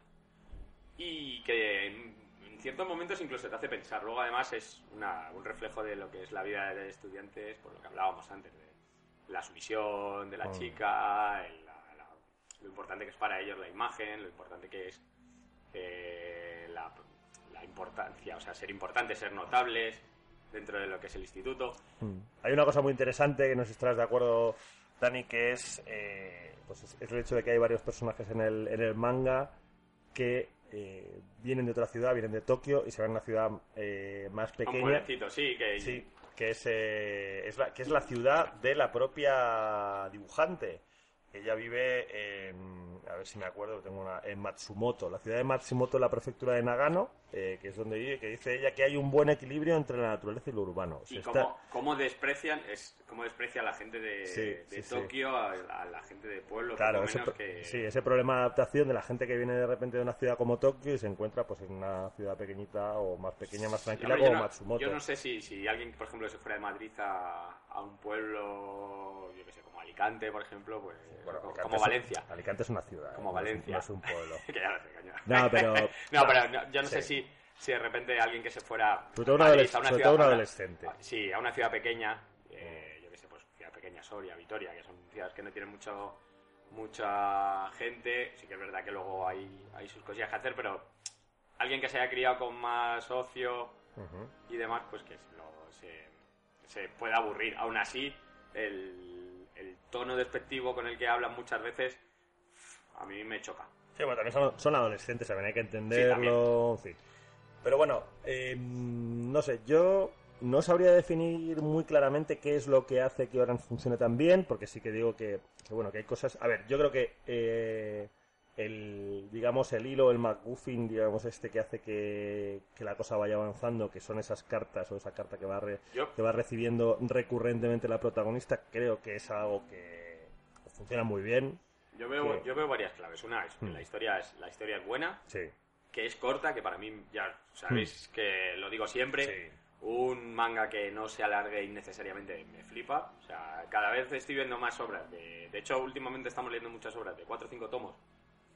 [SPEAKER 3] y que en, en ciertos momentos incluso te hace pensar. Luego además es una- un reflejo de lo que es la vida de estudiantes, por lo que hablábamos antes, de la sumisión de la
[SPEAKER 2] Mm.
[SPEAKER 3] chica, el- la- la- lo importante que es para ellos la imagen, lo importante que es eh, la, la importancia, o sea, ser importantes, ser notables dentro de lo que es el instituto.
[SPEAKER 2] Mm. Hay una cosa muy interesante que no sé si estarás de acuerdo, Dani, que es, eh, pues es, es el hecho de que hay varios personajes en el, en el manga que eh, vienen de otra ciudad, vienen de Tokio y se van a una ciudad eh, más
[SPEAKER 3] Un
[SPEAKER 2] pequeña.
[SPEAKER 3] pueblecito, sí, que
[SPEAKER 2] Sí, que es, eh, es la, que es la ciudad de la propia dibujante. Ella vive en, a ver si me acuerdo, tengo una, en Matsumoto, la ciudad de Matsumoto, en la prefectura de Nagano, eh, que es donde vive, que dice ella que hay un buen equilibrio entre la naturaleza y lo urbano. Se
[SPEAKER 3] y
[SPEAKER 2] está-
[SPEAKER 3] cómo, cómo desprecian es cómo desprecia a la gente de,
[SPEAKER 2] Sí,
[SPEAKER 3] de
[SPEAKER 2] sí, sí.
[SPEAKER 3] Tokio a, a la gente de pueblo
[SPEAKER 2] Claro,
[SPEAKER 3] poco
[SPEAKER 2] ese,
[SPEAKER 3] menos
[SPEAKER 2] pro-
[SPEAKER 3] que
[SPEAKER 2] sí, ese problema de adaptación de la gente que viene de repente de una ciudad como Tokio y se encuentra pues en una ciudad pequeñita o más pequeña, más
[SPEAKER 3] Sí,
[SPEAKER 2] tranquila
[SPEAKER 3] hombre,
[SPEAKER 2] como
[SPEAKER 3] yo, no,
[SPEAKER 2] Matsumoto.
[SPEAKER 3] yo no sé si, si alguien por ejemplo se fuera de Madrid a, a un pueblo yo que sé como Alicante por ejemplo pues
[SPEAKER 2] Bueno,
[SPEAKER 3] como,
[SPEAKER 2] Alicante
[SPEAKER 3] como
[SPEAKER 2] es-
[SPEAKER 3] Valencia
[SPEAKER 2] Alicante es una ciudad.
[SPEAKER 3] Como
[SPEAKER 2] ¿eh? No es-
[SPEAKER 3] Valencia.
[SPEAKER 2] No es un pueblo.
[SPEAKER 3] que ya no te engaño.
[SPEAKER 2] No, pero-
[SPEAKER 3] no, pero no, yo no
[SPEAKER 2] Sí.
[SPEAKER 3] sé si, si de repente alguien que se fuera
[SPEAKER 2] Sobre todo un
[SPEAKER 3] a Madrid,
[SPEAKER 2] adoles-
[SPEAKER 3] a una
[SPEAKER 2] sobre
[SPEAKER 3] ciudad-
[SPEAKER 2] todo un
[SPEAKER 3] a una-
[SPEAKER 2] adolescente.
[SPEAKER 3] sí, a una ciudad pequeña, eh, yo qué sé, pues ciudad pequeña Soria, Vitoria, que son ciudades que no tienen mucho mucha gente, sí que es verdad que luego hay, hay sus cosillas que hacer, pero alguien que se haya criado con más ocio
[SPEAKER 2] Ujú.
[SPEAKER 3] y demás, pues que se lo- se, se pueda aburrir. Aún así, el, el tono despectivo con el que hablan muchas veces a mí me choca.
[SPEAKER 2] Sí, bueno, también son, son adolescentes, también hay que entenderlo. en fin. Pero bueno, eh, no sé, yo no sabría definir muy claramente qué es lo que hace que Orange funcione tan bien, porque sí que digo que, que bueno, que hay cosas. A ver, yo creo que eh, el, digamos, el hilo, el McGuffin, digamos, este que hace que, que la cosa vaya avanzando, que son esas cartas o esa carta que va a re-
[SPEAKER 3] Yo
[SPEAKER 2] que va recibiendo recurrentemente la protagonista, creo que es algo que funciona muy bien.
[SPEAKER 3] Yo veo,
[SPEAKER 2] Sí.
[SPEAKER 3] yo veo varias claves. Una es que
[SPEAKER 2] Mm.
[SPEAKER 3] la historia es, la historia es buena,
[SPEAKER 2] Sí.
[SPEAKER 3] que es corta, que para mí ya sabéis que lo digo siempre.
[SPEAKER 2] Mm. Sí.
[SPEAKER 3] Un manga que no se alargue innecesariamente me flipa. O sea, cada vez estoy viendo más obras. De, de hecho, últimamente estamos leyendo muchas obras de 4 o 5 tomos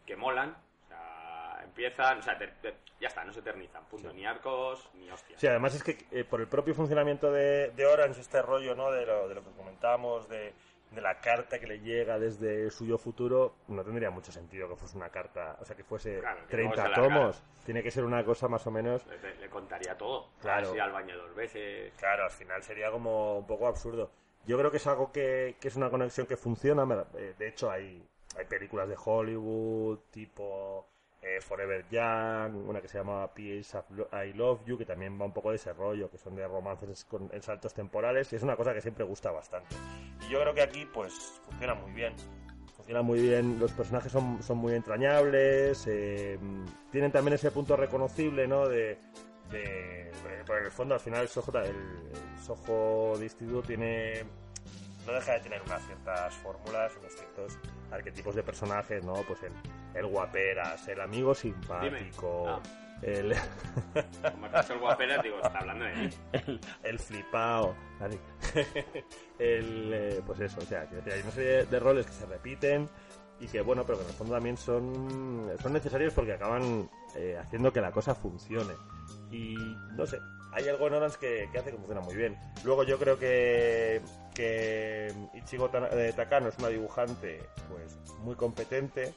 [SPEAKER 3] que molan. O sea, empiezan, o sea, te- te- ya está, no se eternizan. Punto.
[SPEAKER 2] Sí.
[SPEAKER 3] Ni arcos, ni hostias.
[SPEAKER 2] Sí, además es que eh, por el propio funcionamiento de, de Orange, este rollo, ¿no? De lo, de lo que comentábamos, de, de la carta que le llega desde su yo futuro, no tendría mucho sentido que fuese una carta, o sea, que fuese
[SPEAKER 3] Claro, que luego se
[SPEAKER 2] 30
[SPEAKER 3] alargara.
[SPEAKER 2] tomos. Tiene que ser una cosa más o menos...
[SPEAKER 3] Le, le contaría todo.
[SPEAKER 2] Claro.
[SPEAKER 3] Has ido al baño dos veces.
[SPEAKER 2] Claro, al final sería como un poco absurdo. Yo creo que es algo que, que es una conexión que funciona. me la- eh, De hecho, hay, hay películas de Hollywood tipo eh, Forever Young, una que se llama P.S. I Love You, que también va un poco de ese rollo, que son de romances con, en saltos temporales. Y es una cosa que siempre gusta bastante. Y yo creo que aquí, pues, funciona muy bien. Funciona muy bien, los personajes son, son muy entrañables, eh, tienen también ese punto reconocible, ¿no? De, de, eh, por el fondo al final el sojo el, el sojo de instituto tiene no deja de tener unas ciertas fórmulas unos ciertos arquetipos de personajes no pues el, el guaperas el amigo simpático
[SPEAKER 3] Ah.
[SPEAKER 2] el,
[SPEAKER 3] Como has dicho el guaperas, digo, está hablando de mí.
[SPEAKER 2] el, el flipao, así. el, eh, pues eso, o sea, que hay una serie de roles que se repiten y que bueno, pero que en el fondo también son, son necesarios porque acaban eh, haciendo que la cosa funcione. Y no sé, hay algo en Orange que, que hace que funciona muy bien. Luego yo creo que, que Ichigo Ta- eh, Takano es una dibujante pues muy competente.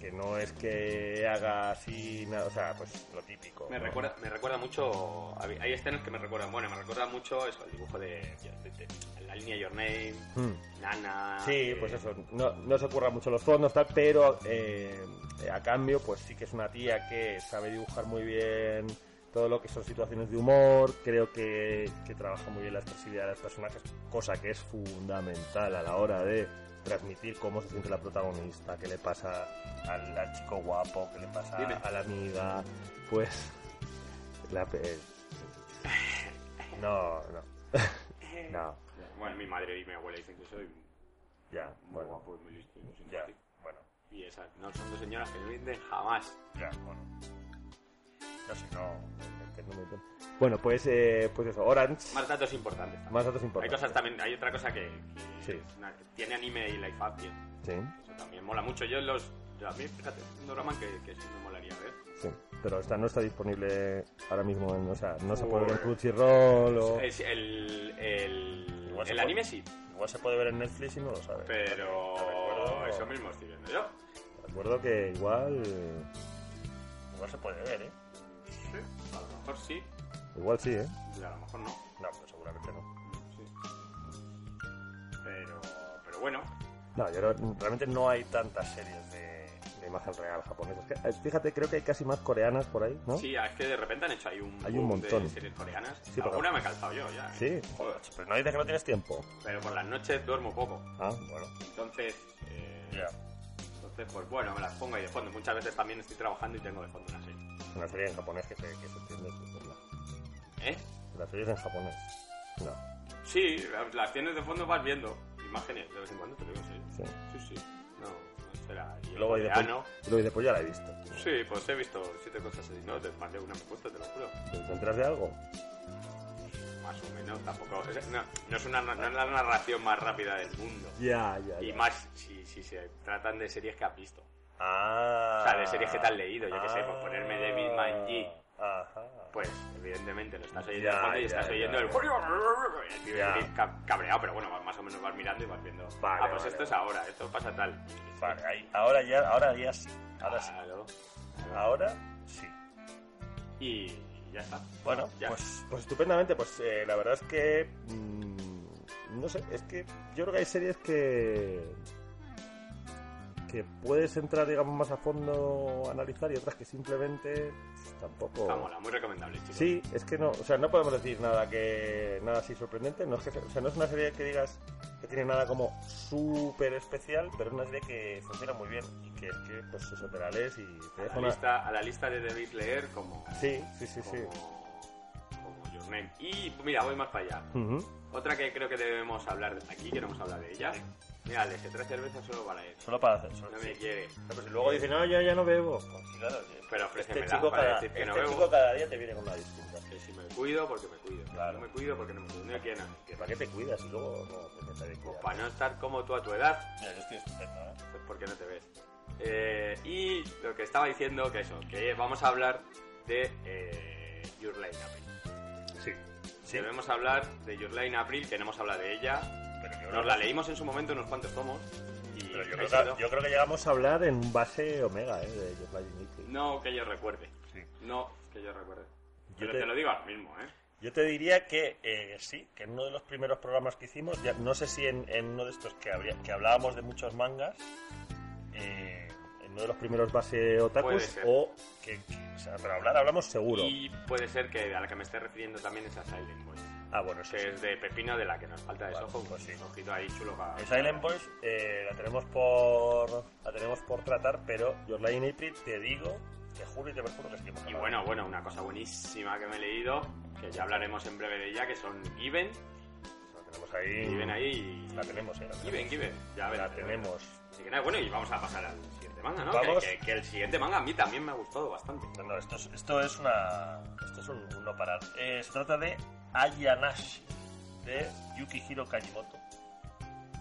[SPEAKER 2] Que no es que haga así nada, o sea, pues lo típico.
[SPEAKER 3] Me
[SPEAKER 2] ¿no?
[SPEAKER 3] recuerda, me recuerda mucho. Hay escenas que me recuerdan. Bueno, me recuerda mucho eso, el dibujo de, de- de- la línea Your Name,
[SPEAKER 2] Hmm.
[SPEAKER 3] Nana.
[SPEAKER 2] Sí,
[SPEAKER 3] eh,
[SPEAKER 2] pues eso, no, no se ocurran mucho los fondos, tal, pero eh, a cambio, pues sí que es una tía que sabe dibujar muy bien todo lo que son situaciones de humor, creo que, que trabaja muy bien la expresividad de los personajes, cosa que es fundamental a la hora de transmitir cómo se siente la protagonista, qué le pasa al, al chico guapo, qué le pasa
[SPEAKER 3] Dime.
[SPEAKER 2] a la amiga, pues... La, pe- no, no, no,
[SPEAKER 3] Bueno, mi madre y mi abuela dicen que soy
[SPEAKER 2] ya,
[SPEAKER 3] muy
[SPEAKER 2] bueno,
[SPEAKER 3] guapo y muy listo y muy
[SPEAKER 2] ya,
[SPEAKER 3] simpático.
[SPEAKER 2] bueno.
[SPEAKER 3] Y esas no son dos señoras que no rinden jamás.
[SPEAKER 2] Ya, bueno. No sé, no. es que no me- Bueno, pues, eh, pues eso, Orange.
[SPEAKER 3] Más datos importantes. también.
[SPEAKER 2] Más datos
[SPEAKER 3] Hay
[SPEAKER 2] importantes.
[SPEAKER 3] cosas también, hay otra cosa que,
[SPEAKER 2] Sí.
[SPEAKER 3] que es una- que tiene anime y life action.
[SPEAKER 2] Sí,
[SPEAKER 3] Eso también mola mucho. Yo en los. Yo a mí, fíjate, un drama que, que sí me molaría ver.
[SPEAKER 2] sí. Pero esta no está disponible ahora mismo, en- o sea, no se puede ver en
[SPEAKER 3] Uy.
[SPEAKER 2] Crunchyroll o...
[SPEAKER 3] Es el. El,
[SPEAKER 2] Igual se
[SPEAKER 3] el
[SPEAKER 2] puede.
[SPEAKER 3] anime sí,
[SPEAKER 2] Igual se puede ver en Netflix y no lo sabe.
[SPEAKER 3] pero.
[SPEAKER 2] Recuerdo-
[SPEAKER 3] Eso mismo estoy viendo yo.
[SPEAKER 2] Recuerdo que igual... Igual se puede ver, ¿eh?
[SPEAKER 3] Sí, a lo mejor sí,
[SPEAKER 2] Igual sí, ¿eh?
[SPEAKER 3] y a lo mejor no.
[SPEAKER 2] No, pero seguramente no.
[SPEAKER 3] Pero, pero bueno,
[SPEAKER 2] No, yo creo- realmente no hay tantas series de, de imagen real japonesas. Que- eh, Fíjate, creo que hay casi más coreanas por ahí, ¿no?
[SPEAKER 3] sí, es que de repente han hecho ahí un,
[SPEAKER 2] Hay un
[SPEAKER 3] boom
[SPEAKER 2] montón.
[SPEAKER 3] de series coreanas.
[SPEAKER 2] Sí, pero-
[SPEAKER 3] Alguna me he calzado yo ya. ¿eh?
[SPEAKER 2] Sí.
[SPEAKER 3] Joder,
[SPEAKER 2] Pero no dices que no tienes tiempo.
[SPEAKER 3] pero por las noches duermo poco.
[SPEAKER 2] Ah, bueno.
[SPEAKER 3] Entonces, eh,
[SPEAKER 2] Ya.
[SPEAKER 3] entonces, pues bueno, me las pongo ahí de fondo. Muchas veces también estoy trabajando y tengo de fondo una serie.
[SPEAKER 2] Una serie en japonés que se, que se entiende. que es la-
[SPEAKER 3] ¿Eh?
[SPEAKER 2] La serie es en japonés. No,
[SPEAKER 3] Sí, las tienes de fondo, vas viendo imágenes de vez en cuando, te lo digo, sí.
[SPEAKER 2] sí.
[SPEAKER 3] Sí, sí. No, no será. Y
[SPEAKER 2] Y luego dice,
[SPEAKER 3] coreano.
[SPEAKER 2] pues, y luego dice, pues ya la he visto.
[SPEAKER 3] Sí, pues he visto siete cosas así. No, te más de una me he puesto, te lo juro.
[SPEAKER 2] ¿Te enteras de algo?
[SPEAKER 3] Más o menos, tampoco. es- No, no es una, no es la narración más rápida del mundo.
[SPEAKER 2] Ya, ya,
[SPEAKER 3] Y más si, si se tratan de series que has visto.
[SPEAKER 2] Ah.
[SPEAKER 3] O sea, de series que te has leído, yo qué sé, por ponerme de Manji.
[SPEAKER 2] Ajá.
[SPEAKER 3] Pues, evidentemente, lo estás oyendo
[SPEAKER 2] Ya,
[SPEAKER 3] de fondo y
[SPEAKER 2] ya,
[SPEAKER 3] estás
[SPEAKER 2] ya,
[SPEAKER 3] oyendo
[SPEAKER 2] ya.
[SPEAKER 3] el. el tío
[SPEAKER 2] Ya.
[SPEAKER 3] ahí ca- cabreado, pero bueno, más o menos vas mirando y vas viendo.
[SPEAKER 2] Vale,
[SPEAKER 3] ah, pues
[SPEAKER 2] vale,
[SPEAKER 3] esto es
[SPEAKER 2] vale.
[SPEAKER 3] ahora, esto pasa tal.
[SPEAKER 2] Vale, ahí. Ahora ya, ahora ya sí. Ahora sí.
[SPEAKER 3] Claro. Ah.
[SPEAKER 2] Ahora sí.
[SPEAKER 3] Y y ya está.
[SPEAKER 2] Bueno,
[SPEAKER 3] Ya.
[SPEAKER 2] pues, pues estupendamente, pues eh, la verdad es que... mm, no sé, es que yo creo que hay series que... que puedes entrar, digamos, más a fondo, a analizar y otras que simplemente pues, tampoco...
[SPEAKER 3] Está Ah, mola, muy recomendable, chicos.
[SPEAKER 2] Sí, es que no, o sea, no podemos decir nada que nada así sorprendente, no es que, o sea, no es una serie que digas que tiene nada como súper especial, pero es una serie que funciona muy bien y que es que pues eso te la lees y te
[SPEAKER 3] A
[SPEAKER 2] deja
[SPEAKER 3] la,
[SPEAKER 2] una...
[SPEAKER 3] lista, a la lista de David Leer como,
[SPEAKER 2] Sí, sí, sí,
[SPEAKER 3] como,
[SPEAKER 2] sí.
[SPEAKER 3] como Your Name. Y pues mira, voy más para allá.
[SPEAKER 2] Ujú.
[SPEAKER 3] Otra que creo que debemos hablar aquí, que no hemos hablado de ella. Mira, le dejé tres cervezas solo para él.
[SPEAKER 2] Solo para hacer... solo-
[SPEAKER 3] No me quiere.
[SPEAKER 2] Y Pues luego dice, no, yo ya no bebo.
[SPEAKER 3] Pero ofrécemela
[SPEAKER 2] Este chico,
[SPEAKER 3] para
[SPEAKER 2] cada,
[SPEAKER 3] decir que no
[SPEAKER 2] este
[SPEAKER 3] bebo.
[SPEAKER 2] chico cada día te viene con una distinta.
[SPEAKER 3] Que si me cuido, porque me cuido. Que
[SPEAKER 2] Claro.
[SPEAKER 3] si no me cuido, porque no me cuido. No quiero nada.
[SPEAKER 2] Que ¿Para qué te cuidas y luego no te de
[SPEAKER 3] Pues para no estar como tú a tu edad,
[SPEAKER 2] yo estoy estupendo, ¿eh?
[SPEAKER 3] pues porque no te ves. Eh, y lo que estaba diciendo, que eso, que vamos a hablar de eh, Your Line April.
[SPEAKER 2] Sí. Sí,
[SPEAKER 3] Debemos hablar de Your Line April, que no hemos hablado de ella.
[SPEAKER 2] pero yo,
[SPEAKER 3] Nos la leímos en su momento unos cuantos tomos. Y
[SPEAKER 2] pero yo,
[SPEAKER 3] ahí
[SPEAKER 2] creo
[SPEAKER 3] se quedó.
[SPEAKER 2] que, yo creo que llegamos a hablar en un base omega, ¿eh? De Yo
[SPEAKER 3] No que yo recuerde.
[SPEAKER 2] Sí.
[SPEAKER 3] No que yo recuerde.
[SPEAKER 2] Yo
[SPEAKER 3] Pero
[SPEAKER 2] te-
[SPEAKER 3] te... lo digo ahora mismo, ¿eh?
[SPEAKER 2] Yo te diría que eh, sí, que en uno de los primeros programas que hicimos, ya, no sé si en, en uno de estos que, habría- que hablábamos de muchos mangas, eh, en uno de los primeros base
[SPEAKER 3] Puede
[SPEAKER 2] otakus,
[SPEAKER 3] ser.
[SPEAKER 2] o que, que- o sea, pero hablar hablamos seguro.
[SPEAKER 3] Y puede ser que a la que me esté refiriendo también es a Silent Boys.
[SPEAKER 2] Ah, bueno, eso sí.
[SPEAKER 3] Que es de Pepino, de la que nos falta de
[SPEAKER 2] Vale,
[SPEAKER 3] sojo.
[SPEAKER 2] pues sí.
[SPEAKER 3] Un ojito ahí chulo para...
[SPEAKER 2] Silent Boys eh, la tenemos por la tenemos por tratar, pero Your Line April te digo, te juro y te perjuro que sí que hemos
[SPEAKER 3] Y
[SPEAKER 2] hablado.
[SPEAKER 3] bueno, bueno, una cosa buenísima que me he leído, que ya hablaremos en breve de ella, que son Given,
[SPEAKER 2] Eso lo tenemos ahí.
[SPEAKER 3] Given ahí.
[SPEAKER 2] La tenemos, eh. la
[SPEAKER 3] Given,
[SPEAKER 2] tenemos.
[SPEAKER 3] Given. Ya verás.
[SPEAKER 2] La tenemos.
[SPEAKER 3] Así que nada, bueno, y vamos a pasar al siguiente manga, ¿no?
[SPEAKER 2] Vamos.
[SPEAKER 3] Que, que- que el siguiente manga a mí también me ha gustado bastante.
[SPEAKER 2] No, no, esto es, esto es una. Esto es un, un no parar. Eh, se trata de Ayanashi, de Yukihiro Kajimoto.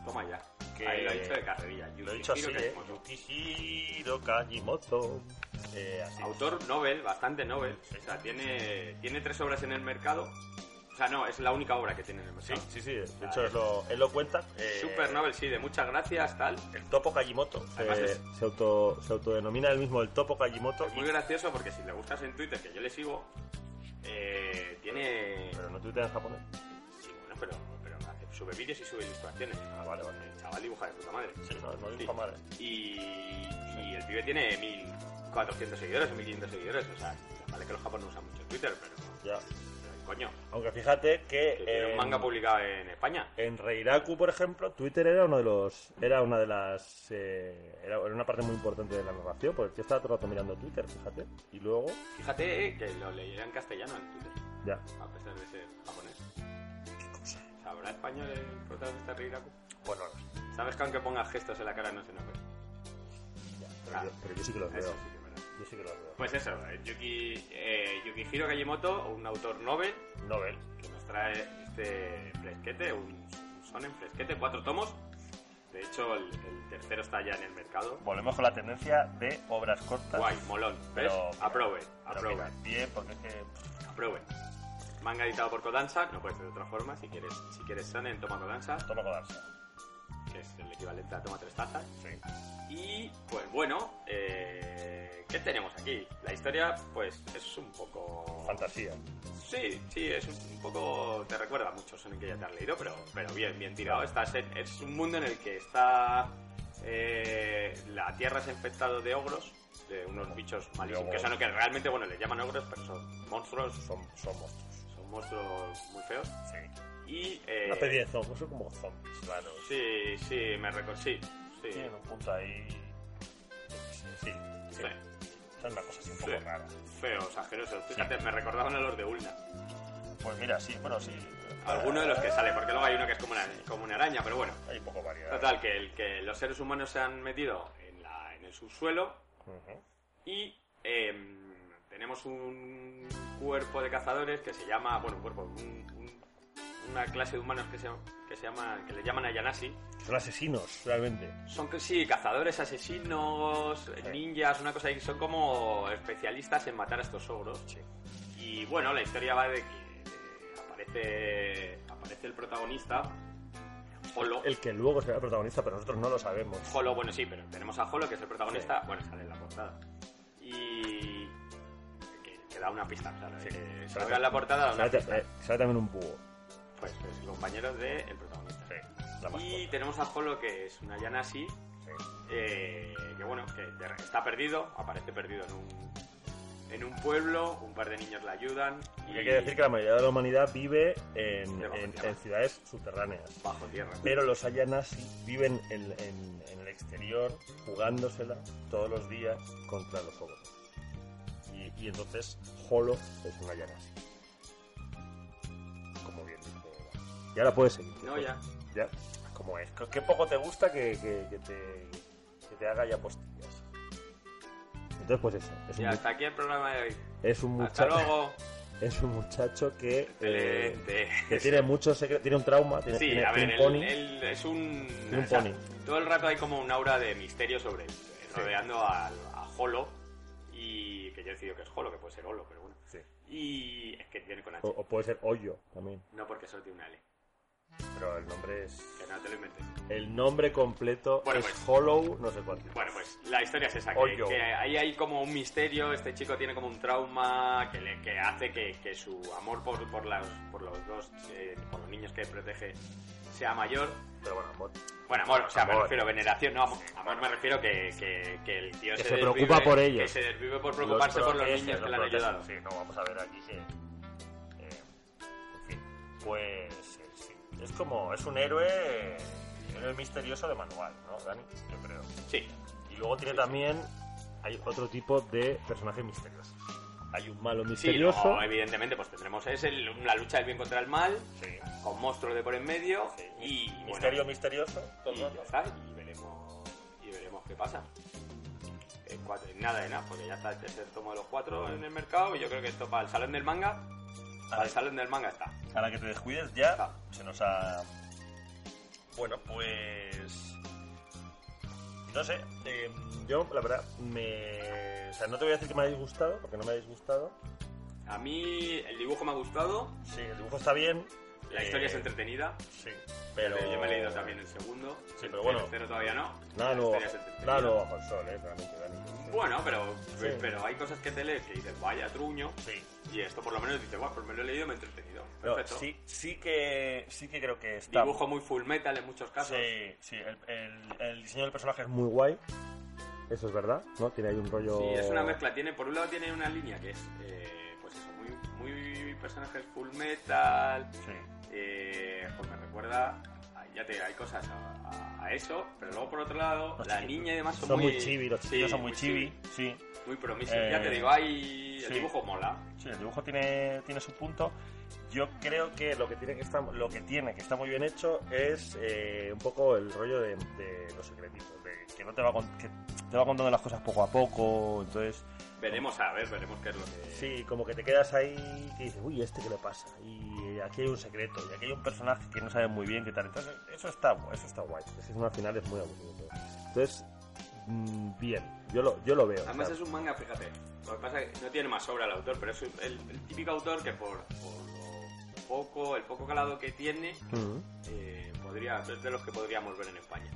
[SPEAKER 3] Toma ya.
[SPEAKER 2] Que-
[SPEAKER 3] Ahí lo he dicho de carrerilla.
[SPEAKER 2] Lo he dicho así,
[SPEAKER 3] Yusuhiro
[SPEAKER 2] eh.
[SPEAKER 3] Kishimoto.
[SPEAKER 2] Yukihiro Kajimoto. Eh, así.
[SPEAKER 3] Autor novel, bastante novel. O sea, tiene, tiene tres obras en el mercado. O sea, no, es la única obra que tiene en el
[SPEAKER 2] Sí,
[SPEAKER 3] mercado.
[SPEAKER 2] sí, sí.
[SPEAKER 3] Ah,
[SPEAKER 2] De hecho, él lo, él lo cuenta. eh,
[SPEAKER 3] Super novel, sí, de muchas gracias, tal.
[SPEAKER 2] El Topo Kajimoto.
[SPEAKER 3] Además
[SPEAKER 2] eh,
[SPEAKER 3] es-
[SPEAKER 2] se, auto, se autodenomina él mismo el Topo Kajimoto.
[SPEAKER 3] Es muy
[SPEAKER 2] y-
[SPEAKER 3] gracioso porque si le buscas en Twitter, que yo le sigo, eh, tiene...
[SPEAKER 2] pero no tuitea en japonés.
[SPEAKER 3] Sí, bueno, pero, pero hace- sube vídeos y sube ilustraciones.
[SPEAKER 2] Ah, vale, vale.
[SPEAKER 3] El chaval dibuja de puta madre.
[SPEAKER 2] Sí, no, no
[SPEAKER 3] Sí.
[SPEAKER 2] dibuja mal, eh.
[SPEAKER 3] Y, y el pibe tiene 1400 seguidores o 1500 seguidores. O sea, vale que los japoneses usan mucho Twitter, pero,
[SPEAKER 2] Ya.
[SPEAKER 3] pero, coño.
[SPEAKER 2] Aunque fíjate que.
[SPEAKER 3] Que tiene un
[SPEAKER 2] en-
[SPEAKER 3] manga publicado en España.
[SPEAKER 2] En Reiraku, por ejemplo, Twitter era uno de los, era una de las, eh, era, era una parte muy importante de la narración, porque yo estaba todo el rato mirando Twitter, fíjate, y luego,
[SPEAKER 3] Fíjate eh, que lo leía en castellano en Twitter,
[SPEAKER 2] ya.
[SPEAKER 3] a pesar de ser japonés. ¿Sabrá español el protagonista de Riraku?
[SPEAKER 2] Bueno,
[SPEAKER 3] ¿Sabes que aunque pongas gestos en la cara no se nos ve?
[SPEAKER 2] pero, yo, pero yo sí que los
[SPEAKER 3] Eso
[SPEAKER 2] veo,
[SPEAKER 3] Ah, sí que es verdad.
[SPEAKER 2] yo sí que los veo.
[SPEAKER 3] Pues eso, eh, Yuki, eh, Yukihiro Kajimoto, un autor novel,
[SPEAKER 2] Nobel,
[SPEAKER 3] que nos trae este fresquete, un, son en fresquete, cuatro tomos. De hecho, el, el tercero está ya en el mercado.
[SPEAKER 2] volvemos con la tendencia de obras cortas.
[SPEAKER 3] Guay, molón, ¿ves?
[SPEAKER 2] Pero- pero-
[SPEAKER 3] Aprove,
[SPEAKER 2] pero
[SPEAKER 3] aprove.
[SPEAKER 2] mira, bien, porque es que
[SPEAKER 3] Apruebe. Manga editado por Kodansha, no puede ser de otra forma, si quieres, si quieres Sonen, toma Kodansha,
[SPEAKER 2] toma codarse.
[SPEAKER 3] que es el equivalente a toma tres tazas.
[SPEAKER 2] Sí.
[SPEAKER 3] Y pues bueno, eh, ¿qué tenemos aquí? La historia pues es un poco...
[SPEAKER 2] Fantasía.
[SPEAKER 3] Sí, sí, es un, un poco... te recuerda mucho Sonen que ya te has leído, pero, pero bien, bien tirado. Estás en- es un mundo en el que está... eh, la Tierra se ha infectado de ogros, de unos bichos malísimos, que
[SPEAKER 2] ogros.
[SPEAKER 3] son que realmente, bueno, le llaman ogros, pero son monstruos,
[SPEAKER 2] Son, son monstruos.
[SPEAKER 3] son monstruos muy feos.
[SPEAKER 2] Sí.
[SPEAKER 3] Y. Eh,
[SPEAKER 2] Una especie de zombies, son como zombies, claro.
[SPEAKER 3] Sí, sí, me recuerdo. Sí, sí.
[SPEAKER 2] Tienen un punto ahí. Sí, sí. sí.
[SPEAKER 3] fe-
[SPEAKER 2] Es una cosa así un
[SPEAKER 3] Sí.
[SPEAKER 2] poco rara.
[SPEAKER 3] Feos, asquerosos. Fíjate, me recordaban a los de Ulna.
[SPEAKER 2] Pues mira, sí, bueno, sí. Ah,
[SPEAKER 3] Alguno de los que sale, porque luego hay uno que es como una, como una araña, pero bueno.
[SPEAKER 2] Hay poco variedad.
[SPEAKER 3] Total, que, el, que los seres humanos se han metido en, la, en el subsuelo
[SPEAKER 2] Ujú.
[SPEAKER 3] y em, tenemos un cuerpo de cazadores que se llama, bueno, un cuerpo, un- un- una clase de humanos que se, que se llama, que le llaman Ayanasi,
[SPEAKER 2] Son asesinos, realmente.
[SPEAKER 3] Son, sí, cazadores, asesinos, ninjas, una cosa así. Son como especialistas en matar a estos ogros. Y bueno, la historia va de que eh, aparece, aparece el protagonista, Holo.
[SPEAKER 2] El que luego será el protagonista, pero nosotros no lo sabemos.
[SPEAKER 3] Holo, bueno, sí, pero tenemos a Holo, que es el protagonista. Bueno, sale en la portada. Y... Que, que da una pista, claro. eh,
[SPEAKER 2] Sí.
[SPEAKER 3] que salga en la portada da una
[SPEAKER 2] Sale, ta-
[SPEAKER 3] pista.
[SPEAKER 2] eh, sale también un búho.
[SPEAKER 3] Pues es el compañero del protagonista.
[SPEAKER 2] La
[SPEAKER 3] Y
[SPEAKER 2] mascota.
[SPEAKER 3] tenemos a Holo, que es una Yanasi,
[SPEAKER 2] Sí.
[SPEAKER 3] eh, que bueno, que de- está perdido, aparece perdido en un, en un pueblo, un par de niños le ayudan y
[SPEAKER 2] Y Hay que decir que la mayoría de la humanidad vive en,
[SPEAKER 3] Debajo
[SPEAKER 2] en-
[SPEAKER 3] de tierra.
[SPEAKER 2] en ciudades subterráneas.
[SPEAKER 3] bajo tierra.
[SPEAKER 2] Pero los Ayanasi viven en, en- en el exterior, jugándosela todos los días contra los ogros. Y, y entonces, Holo es un Ayanasi. Como bien dice. Eva. Y ahora puedes seguir.
[SPEAKER 3] No, ya.
[SPEAKER 2] Ya, como es. Qué poco te gusta que, que- que te, que te haga ya postillas. Entonces, pues eso. Es
[SPEAKER 3] Y
[SPEAKER 2] un,
[SPEAKER 3] hasta aquí el programa de hoy.
[SPEAKER 2] es un
[SPEAKER 3] Hasta
[SPEAKER 2] muchacho,
[SPEAKER 3] luego.
[SPEAKER 2] es un muchacho que, eh,
[SPEAKER 3] Excelente.
[SPEAKER 2] que tiene muchos secretos, tiene un trauma, tiene,
[SPEAKER 3] Sí,
[SPEAKER 2] tiene-
[SPEAKER 3] a ver,
[SPEAKER 2] tiene
[SPEAKER 3] él,
[SPEAKER 2] un pony.
[SPEAKER 3] él es un...
[SPEAKER 2] un
[SPEAKER 3] o sea,
[SPEAKER 2] pony.
[SPEAKER 3] Todo el rato hay como un aura de misterio sobre él, eh, rodeando al- a Holo y que yo he decidido que es Holo, que puede ser Holo, pero bueno.
[SPEAKER 2] Sí.
[SPEAKER 3] Y es que tiene con H.
[SPEAKER 2] O, o puede ser Hoyo también,
[SPEAKER 3] No porque solo tiene una L,
[SPEAKER 2] pero el nombre es...
[SPEAKER 3] que no te lo inventes.
[SPEAKER 2] El nombre completo
[SPEAKER 3] Bueno,
[SPEAKER 2] es
[SPEAKER 3] pues.
[SPEAKER 2] Hollow, no sé cuánto.
[SPEAKER 3] Bueno, pues la historia es esa, que,
[SPEAKER 2] Hoyo.
[SPEAKER 3] que ahí hay como un misterio, este chico tiene como un trauma que, le, que hace que, que su amor por, por, las- por los dos, eh, por los niños que protege, sea mayor.
[SPEAKER 2] Pero bueno, amor,
[SPEAKER 3] Bueno, amor, o sea, me
[SPEAKER 2] Amor.
[SPEAKER 3] refiero veneración, no, amor, amor me refiero que, que, que el tío
[SPEAKER 2] Que
[SPEAKER 3] se,
[SPEAKER 2] se
[SPEAKER 3] desvive-
[SPEAKER 2] preocupa por ellos.
[SPEAKER 3] Que se desvive por preocuparse por los
[SPEAKER 2] protege,
[SPEAKER 3] niños que
[SPEAKER 2] los
[SPEAKER 3] le han
[SPEAKER 2] protege.
[SPEAKER 3] ayudado.
[SPEAKER 2] Sí, no, vamos a ver aquí que... eh, en fin, pues... eh, sí. Es como... Es un héroe... Héroe misterioso de manual, ¿no, Dani? Yo creo.
[SPEAKER 3] Sí,
[SPEAKER 2] Y luego tiene también... Hay otro tipo de personajes misteriosos. hay un malo
[SPEAKER 3] Sí,
[SPEAKER 2] misterioso.
[SPEAKER 3] luego, evidentemente, pues tendremos es el- la lucha del bien contra el mal,
[SPEAKER 2] Sí.
[SPEAKER 3] con monstruos de por en medio
[SPEAKER 2] Sí.
[SPEAKER 3] y bueno,
[SPEAKER 2] Misterio misterioso.
[SPEAKER 3] y ya está, y veremos, y veremos qué pasa. Eh, cuatro- nada de nada, porque ya está el tercer tomo de los cuatro en el mercado y yo creo que esto para el salón del manga, para el salón del manga está.
[SPEAKER 2] A la que te descuides ya
[SPEAKER 3] Ah.
[SPEAKER 2] se nos ha... Bueno, pues... No sé, eh, yo la verdad me... O sea, no te voy a decir que me ha disgustado, porque no me ha disgustado.
[SPEAKER 3] A mí el dibujo me ha gustado,
[SPEAKER 2] Sí, el dibujo está bien.
[SPEAKER 3] la
[SPEAKER 2] eh,
[SPEAKER 3] historia es entretenida,
[SPEAKER 2] Sí,
[SPEAKER 3] pero
[SPEAKER 2] pero...
[SPEAKER 3] yo me he leído también el segundo,
[SPEAKER 2] Sí, pero bueno.
[SPEAKER 3] el tercero todavía no.
[SPEAKER 2] Nada
[SPEAKER 3] la
[SPEAKER 2] nuevo,
[SPEAKER 3] historia es entretenida.
[SPEAKER 2] nada nuevo bajo el sol, eh, realmente, Dani.
[SPEAKER 3] Bueno, pero,
[SPEAKER 2] Sí.
[SPEAKER 3] pero hay cosas que te lees que dices, vaya truño,
[SPEAKER 2] Sí.
[SPEAKER 3] y esto por lo menos dices, bueno, pues me lo he leído y me he entretenido.
[SPEAKER 2] No,
[SPEAKER 3] Perfecto.
[SPEAKER 2] sí, sí que sí que creo que está...
[SPEAKER 3] Dibujo muy full metal en muchos casos.
[SPEAKER 2] Sí, sí, el, el- el diseño del personaje es muy guay. Eso es verdad, ¿no? Tiene ahí un rollo...
[SPEAKER 3] Sí, es una mezcla. Tiene, por un lado tiene una línea que es, eh, pues eso, muy, muy personajes full metal.
[SPEAKER 2] Sí.
[SPEAKER 3] eh, pues me recuerda, a- ya te digo, hay cosas a, a- a eso, pero luego por otro lado,
[SPEAKER 2] Los
[SPEAKER 3] la
[SPEAKER 2] chiqui-
[SPEAKER 3] niña y demás son,
[SPEAKER 2] Son muy chibi, los
[SPEAKER 3] sí,
[SPEAKER 2] chiquillos son muy chibi. Sí,
[SPEAKER 3] muy promisos.
[SPEAKER 2] Eh,
[SPEAKER 3] ya te digo, hay, el
[SPEAKER 2] sí.
[SPEAKER 3] dibujo mola.
[SPEAKER 2] sí, el dibujo tiene, tiene su punto. Yo creo que lo que tiene que estar, lo que tiene que está muy bien hecho es eh, un poco el rollo de, de los secretitos, de que no te va con- que te va contando las cosas poco a poco, entonces eh,
[SPEAKER 3] Veremos, a ver, veremos qué es lo que...
[SPEAKER 2] sí, como que te quedas ahí que dices, uy, este que le pasa, y aquí hay un secreto, y aquí hay un personaje que no sabe muy bien qué tal, entonces eso está, eso está guay, ese es una final es muy aburrido, entonces mm, bien, yo lo, yo lo veo.
[SPEAKER 3] Además
[SPEAKER 2] o sea,
[SPEAKER 3] es un manga, fíjate. Lo que pasa es que no tiene más obra el autor, pero es un- el, el típico autor que por, por lo poco, el poco calado que tiene,
[SPEAKER 2] mm.
[SPEAKER 3] eh, podría, es de los que podríamos ver en España.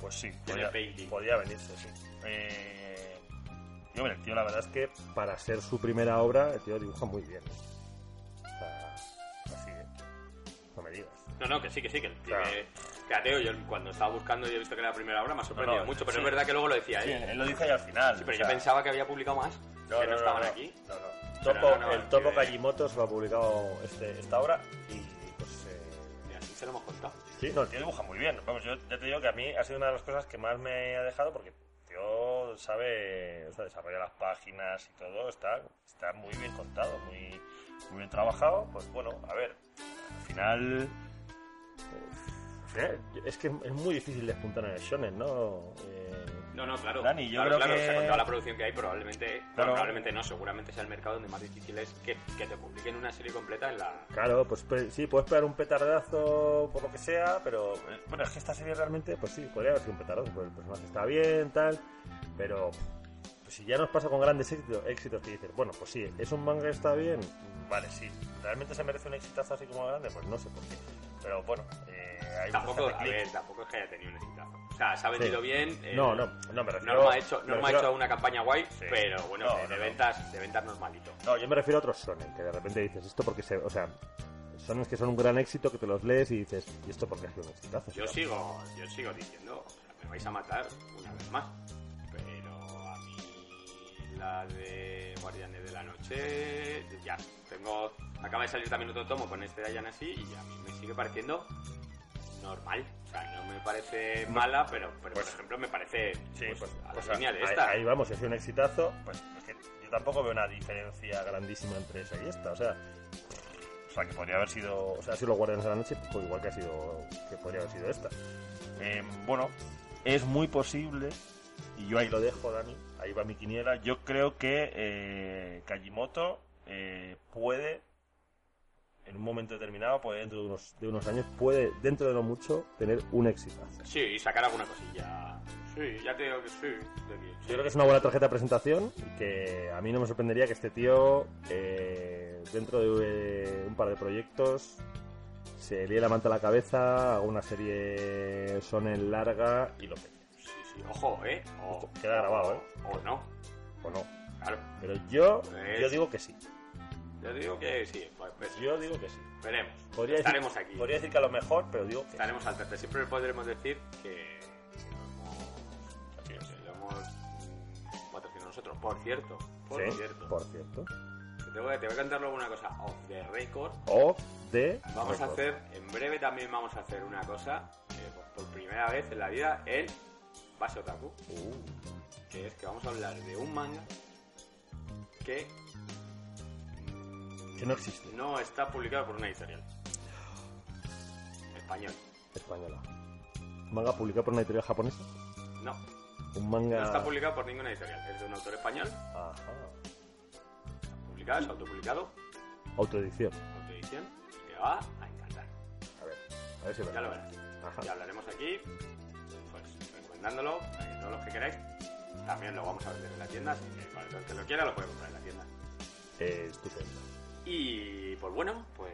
[SPEAKER 2] Pues sí,
[SPEAKER 3] Tiene
[SPEAKER 2] podía,
[SPEAKER 3] 20.
[SPEAKER 2] podía venirse, sí. Eh, yo, mira, el tío, la verdad es que para ser su primera obra, el tío dibuja muy bien. O sea, así, ¿eh? No me digas.
[SPEAKER 3] No, no, que sí, que sí, que el
[SPEAKER 2] Claro.
[SPEAKER 3] que- que ateo, yo cuando estaba buscando y he visto que era la primera obra, me ha sorprendido
[SPEAKER 2] No, no,
[SPEAKER 3] mucho, pero
[SPEAKER 2] sí.
[SPEAKER 3] es verdad que luego lo decía
[SPEAKER 2] Sí,
[SPEAKER 3] él.
[SPEAKER 2] él lo dice ahí al final.
[SPEAKER 3] eh. Sí, pero
[SPEAKER 2] o
[SPEAKER 3] yo
[SPEAKER 2] sea,
[SPEAKER 3] pensaba que había publicado más, que no, estaban aquí.
[SPEAKER 2] No, no.
[SPEAKER 3] Pero
[SPEAKER 2] Topo-
[SPEAKER 3] no, no,
[SPEAKER 2] el
[SPEAKER 3] el
[SPEAKER 2] Topo
[SPEAKER 3] pibe-
[SPEAKER 2] Kajimoto se lo ha publicado este, esta obra y pues... eh,
[SPEAKER 3] Y así se lo hemos contado.
[SPEAKER 2] Sí, no, el tío dibuja muy bien. Vamos, yo ya te digo que a mí ha sido una de las cosas que más me ha dejado porque el tío sabe, o sea, desarrolla las páginas y todo, está, está muy bien contado, muy, muy bien trabajado. Pues bueno, a ver, al final. eh, Es que es muy difícil despuntar en el shonen, ¿no? Eh,
[SPEAKER 3] No, no, claro.
[SPEAKER 2] Dani, yo
[SPEAKER 3] claro,
[SPEAKER 2] creo
[SPEAKER 3] claro,
[SPEAKER 2] que-
[SPEAKER 3] o sea, con toda la producción que hay, probablemente, bueno,
[SPEAKER 2] Claro.
[SPEAKER 3] probablemente no, seguramente sea el mercado donde más difícil es que, que te publiquen una serie completa en la...
[SPEAKER 2] Claro, pues pe- sí, puedes pegar un petardazo por lo que sea, pero eh, bueno, es que esta serie realmente, pues sí, podría haber sido un petardazo, porque el personaje está bien, tal, pero pues, si ya nos pasa con grandes éxitos, éxitos que dices, bueno, pues sí, es un manga que está bien, vale, sí, realmente se merece un exitazo así como grande, pues no sé por qué, pero bueno, eh, hay
[SPEAKER 3] Tampoco,
[SPEAKER 2] bastante
[SPEAKER 3] a
[SPEAKER 2] click.
[SPEAKER 3] ver, tampoco es que haya tenido un exitazo. O sea, se ha
[SPEAKER 2] Sí.
[SPEAKER 3] vendido bien. eh,
[SPEAKER 2] No, no, no me refiero.
[SPEAKER 3] Norma ha hecho,
[SPEAKER 2] me
[SPEAKER 3] Norma ha
[SPEAKER 2] refiero-
[SPEAKER 3] hecho una campaña guay,
[SPEAKER 2] Sí.
[SPEAKER 3] pero bueno,
[SPEAKER 2] No,
[SPEAKER 3] de,
[SPEAKER 2] no,
[SPEAKER 3] de
[SPEAKER 2] no.
[SPEAKER 3] ventas, de ventas normalito.
[SPEAKER 2] No, yo me refiero a otros sonen, que de repente dices, esto porque se, o sea, sones que son un gran éxito, que te los lees y dices, ¿y esto porque ha sido un exitazo?
[SPEAKER 3] Yo
[SPEAKER 2] Pero-
[SPEAKER 3] sigo, yo sigo diciendo, o sea, me vais a matar una vez más. Pero a mí la de Guardianes de la Noche, ya, tengo, acaba de salir también otro tomo con este Dayan así y a mí me sigue pareciendo normal. O sea, no me parece mala, pero, pero
[SPEAKER 2] Pues-
[SPEAKER 3] por ejemplo me parece
[SPEAKER 2] Sí,
[SPEAKER 3] pues,
[SPEAKER 2] pues,
[SPEAKER 3] a la
[SPEAKER 2] pues,
[SPEAKER 3] línea de
[SPEAKER 2] ahí-
[SPEAKER 3] esta.
[SPEAKER 2] Ahí, vamos, si ha sido un exitazo, pues es que yo tampoco veo una diferencia grandísima entre esa y esta, o sea, o sea que podría haber sido, o sea, si los guardianes de la noche, pues igual que ha sido, que podría haber sido esta. Eh, bueno, es muy posible, y yo ahí lo dejo, Dani, ahí va mi quiniela, yo creo que eh, Kajimoto eh, puede en un momento determinado, pues dentro de unos, de unos años, puede, dentro de no mucho, tener un exitazo.
[SPEAKER 3] Sí, y sacar alguna cosilla. Sí, ya te digo que sí. de que-
[SPEAKER 2] Yo creo que es una buena tarjeta de presentación y que a mí no me sorprendería que este tío, eh, dentro de eh, un par de proyectos, se líe la manta a la cabeza, haga una serie sonen larga y lo que
[SPEAKER 3] Sí, sí. Ojo, ¿eh? O,
[SPEAKER 2] Queda grabado,
[SPEAKER 3] o-
[SPEAKER 2] ¿eh?
[SPEAKER 3] O no.
[SPEAKER 2] o no.
[SPEAKER 3] Claro.
[SPEAKER 2] Pero yo,
[SPEAKER 3] Pues-
[SPEAKER 2] yo digo que sí.
[SPEAKER 3] Yo digo que sí. Pues, pues,
[SPEAKER 2] Yo digo que sí.
[SPEAKER 3] veremos.
[SPEAKER 2] Podría
[SPEAKER 3] Estaremos
[SPEAKER 2] decir,
[SPEAKER 3] aquí.
[SPEAKER 2] Podría decir que a lo mejor, pero digo que
[SPEAKER 3] Estaremos al tanto. Siempre podremos decir que que lo hemos, que lo hemos mm, patrocinado nosotros. Por cierto, por
[SPEAKER 2] sí.
[SPEAKER 3] cierto.
[SPEAKER 2] Por cierto.
[SPEAKER 3] Te, voy, a- te voy a contar luego una cosa off the record.
[SPEAKER 2] O de...
[SPEAKER 3] Vamos a hacer, en breve también vamos a hacer una cosa, eh, por- por primera vez en la vida, el Vaso Otaku.
[SPEAKER 2] Uh,
[SPEAKER 3] que es que vamos a hablar de un manga que
[SPEAKER 2] que no existe.
[SPEAKER 3] No está publicado por una editorial. Español.
[SPEAKER 2] Española. Manga publicado por una editorial japonesa.
[SPEAKER 3] No,
[SPEAKER 2] Un
[SPEAKER 3] no
[SPEAKER 2] manga.
[SPEAKER 3] está publicado por ninguna editorial. Es de un autor español.
[SPEAKER 2] Ajá.
[SPEAKER 3] Publicado, es autopublicado.
[SPEAKER 2] Autoedición.
[SPEAKER 3] Autoedición. Te va a encantar.
[SPEAKER 2] A ver, a ver si
[SPEAKER 3] Ya lo verás.
[SPEAKER 2] Ajá.
[SPEAKER 3] Ya hablaremos aquí. Pues recomendándolo. A todos los que queráis. También lo vamos a vender en la tienda. Así que para todo el que lo quiera lo puede comprar en la tienda.
[SPEAKER 2] Eh, estupendo.
[SPEAKER 3] Y pues bueno, pues.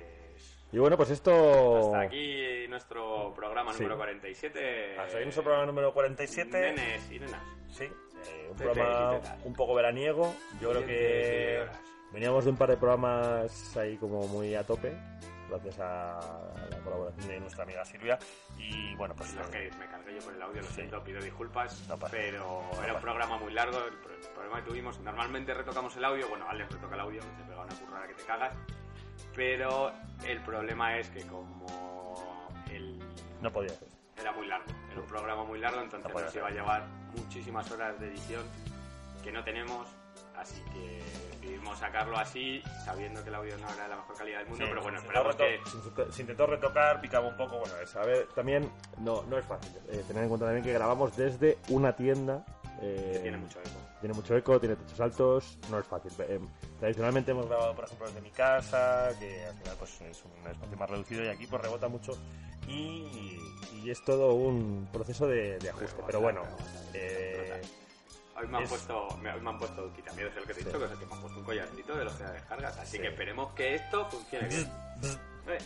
[SPEAKER 2] Y bueno, pues esto.
[SPEAKER 3] Hasta aquí eh, nuestro programa
[SPEAKER 2] Sí.
[SPEAKER 3] número 47.
[SPEAKER 2] Hasta aquí nuestro programa número 47.
[SPEAKER 3] Nenes y nenas.
[SPEAKER 2] Sí, eh, un
[SPEAKER 3] Tete y
[SPEAKER 2] programa
[SPEAKER 3] tetas.
[SPEAKER 2] un poco veraniego. Yo creo
[SPEAKER 3] Oyentes y
[SPEAKER 2] que
[SPEAKER 3] oyedoras.
[SPEAKER 2] veníamos de un par de programas ahí como muy a tope, gracias a la colaboración de nuestra amiga Silvia. Y bueno, pues
[SPEAKER 3] Lo
[SPEAKER 2] eh,
[SPEAKER 3] que me cargué yo con el audio, lo
[SPEAKER 2] Sí.
[SPEAKER 3] siento, pido disculpas,
[SPEAKER 2] No pasa
[SPEAKER 3] pero era un
[SPEAKER 2] pasa.
[SPEAKER 3] programa muy largo, el pro- el problema que tuvimos, normalmente retocamos el audio, bueno, Alex retoca el audio, te pega una currada que te cagas, pero el problema es que como el-
[SPEAKER 2] no podía ser.
[SPEAKER 3] era muy largo, era un programa muy largo, entonces
[SPEAKER 2] No podía
[SPEAKER 3] nos
[SPEAKER 2] ser.
[SPEAKER 3] iba a llevar muchísimas horas de edición que no tenemos, así que decidimos sacarlo así, sabiendo que el audio no era de la mejor calidad del mundo,
[SPEAKER 2] Sí,
[SPEAKER 3] pero bueno,
[SPEAKER 2] se intentó
[SPEAKER 3] esperamos que...
[SPEAKER 2] reto- se intentó- se intentó retocar, picaba un poco. Bueno, es, a ver, también no, no es fácil. eh, tener en cuenta también que grabamos desde una tienda. eh,
[SPEAKER 3] que Tiene mucho eco.
[SPEAKER 2] tiene mucho eco, tiene techos altos, no es fácil. Eh, tradicionalmente hemos grabado, por ejemplo, desde mi casa, que al final pues, es un espacio más reducido y aquí pues rebota mucho y, y es todo un proceso de, de ajuste. Pero bueno, eh,
[SPEAKER 3] Hoy me han
[SPEAKER 2] Es-
[SPEAKER 3] puesto, me, hoy me han puesto quitamiedos, es lo que te he dicho,
[SPEAKER 2] Sí.
[SPEAKER 3] que es el que me han puesto un collarcito de los de descargas. Así
[SPEAKER 2] Sí.
[SPEAKER 3] que esperemos que esto funcione bien. Eh,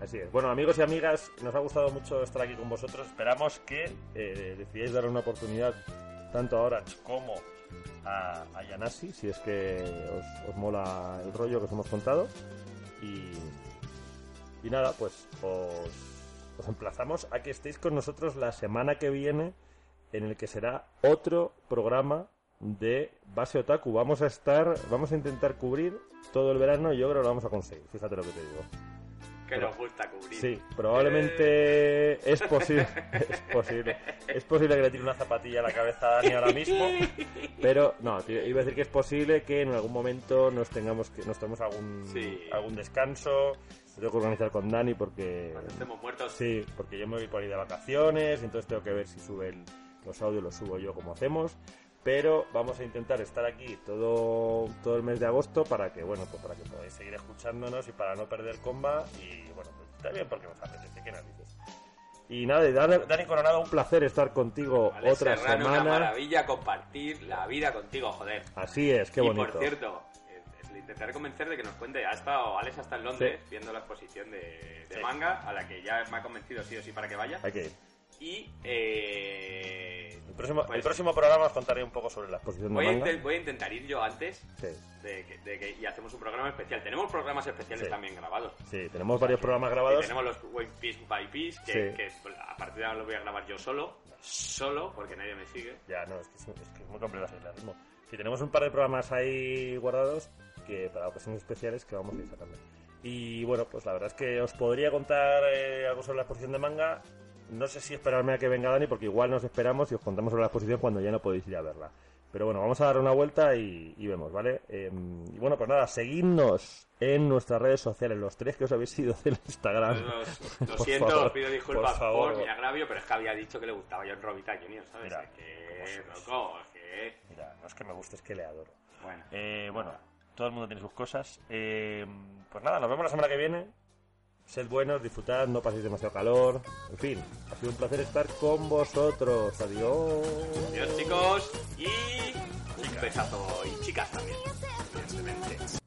[SPEAKER 2] así es. Bueno, amigos y amigas, nos ha gustado mucho estar aquí con vosotros. Esperamos que eh, decidáis dar una oportunidad tanto a Orange como a, a Yanasi, si es que os, os mola el rollo que os hemos contado. Y, y nada, pues os, os emplazamos a que estéis con nosotros la semana que viene, en el que será otro programa de Base Otaku. Vamos a estar, vamos a intentar cubrir todo el verano y yo creo que lo vamos a conseguir. Fíjate lo que te digo.
[SPEAKER 3] que
[SPEAKER 2] Pro-
[SPEAKER 3] nos gusta cubrir.
[SPEAKER 2] Sí, probablemente es posible, es posible, es posible que le tire una zapatilla a la cabeza a Dani ahora mismo, pero no, tío, iba a decir que es posible que en algún momento nos tengamos que, nos tomemos algún,
[SPEAKER 3] Sí.
[SPEAKER 2] algún descanso, me tengo que organizar con Dani porque,
[SPEAKER 3] Cuando estemos muertos,
[SPEAKER 2] sí, porque yo me voy por ahí de vacaciones, entonces tengo que ver si suben los audios, los subo yo como hacemos. Pero vamos a intentar estar aquí todo, todo el mes de agosto para que, bueno, pues para que podáis seguir escuchándonos y para no perder comba. Y bueno, pues también porque nos apetece, qué narices. Y nada, y Dani, Dani Coronado, un placer estar contigo
[SPEAKER 3] Alex
[SPEAKER 2] otra
[SPEAKER 3] Serrano, una
[SPEAKER 2] semana.
[SPEAKER 3] maravilla compartir la vida contigo, joder.
[SPEAKER 2] Así es, qué
[SPEAKER 3] y
[SPEAKER 2] bonito.
[SPEAKER 3] por cierto, eh, le intentaré convencer de que nos cuente. Ha estado Alex hasta en Londres viendo la exposición de, de
[SPEAKER 2] Sí.
[SPEAKER 3] manga, a la que ya me ha convencido sí o sí para que vaya.
[SPEAKER 2] Hay que ir.
[SPEAKER 3] Y eh,
[SPEAKER 2] El próximo, el
[SPEAKER 3] Pues-
[SPEAKER 2] próximo programa os contaré un poco sobre la exposición de
[SPEAKER 3] voy, a
[SPEAKER 2] manga.
[SPEAKER 3] inten- voy a intentar ir yo antes
[SPEAKER 2] Sí,
[SPEAKER 3] de que- de que- y hacemos un programa especial. Tenemos programas especiales
[SPEAKER 2] Sí.
[SPEAKER 3] también grabados.
[SPEAKER 2] sí, tenemos varios programas grabados.
[SPEAKER 3] Y tenemos los One Piece by Piece, que,
[SPEAKER 2] Sí.
[SPEAKER 3] que a partir de ahora lo voy a grabar yo solo, solo, porque nadie me sigue.
[SPEAKER 2] Ya, no, es que es, es que es muy complicado hacer el ritmo. Si tenemos un par de programas ahí guardados que para ocasiones especiales que vamos a ir sacando. Y bueno, pues la verdad es que os podría contar eh, algo sobre la exposición de manga. No sé si esperarme a que venga Dani, porque igual nos esperamos y os contamos sobre la exposición cuando ya no podéis ir a verla. Pero bueno, vamos a dar una vuelta y, y vemos, ¿vale? Eh, y bueno, pues nada, seguidnos en nuestras redes sociales, los tres que os habéis ido del Instagram.
[SPEAKER 3] Los- Lo
[SPEAKER 2] Por
[SPEAKER 3] siento,
[SPEAKER 2] favor,
[SPEAKER 3] os pido disculpas
[SPEAKER 2] por
[SPEAKER 3] por,
[SPEAKER 2] favor.
[SPEAKER 3] mi agravio, pero es que había dicho que le gustaba John Robita Jr., ¿sabes?
[SPEAKER 2] Mira,
[SPEAKER 3] Es
[SPEAKER 2] cómo
[SPEAKER 3] que,
[SPEAKER 2] sois.
[SPEAKER 3] loco, es que...
[SPEAKER 2] Mira, no es que me guste, es que le adoro.
[SPEAKER 3] Bueno,
[SPEAKER 2] Eh, bueno, todo el mundo tiene sus cosas. Eh, pues nada, nos vemos la semana que viene. Sed buenos, disfrutad, no paséis demasiado calor. En fin, ha sido un placer estar con vosotros. Adiós.
[SPEAKER 3] adiós chicos y un besazo y chicas también, evidentemente.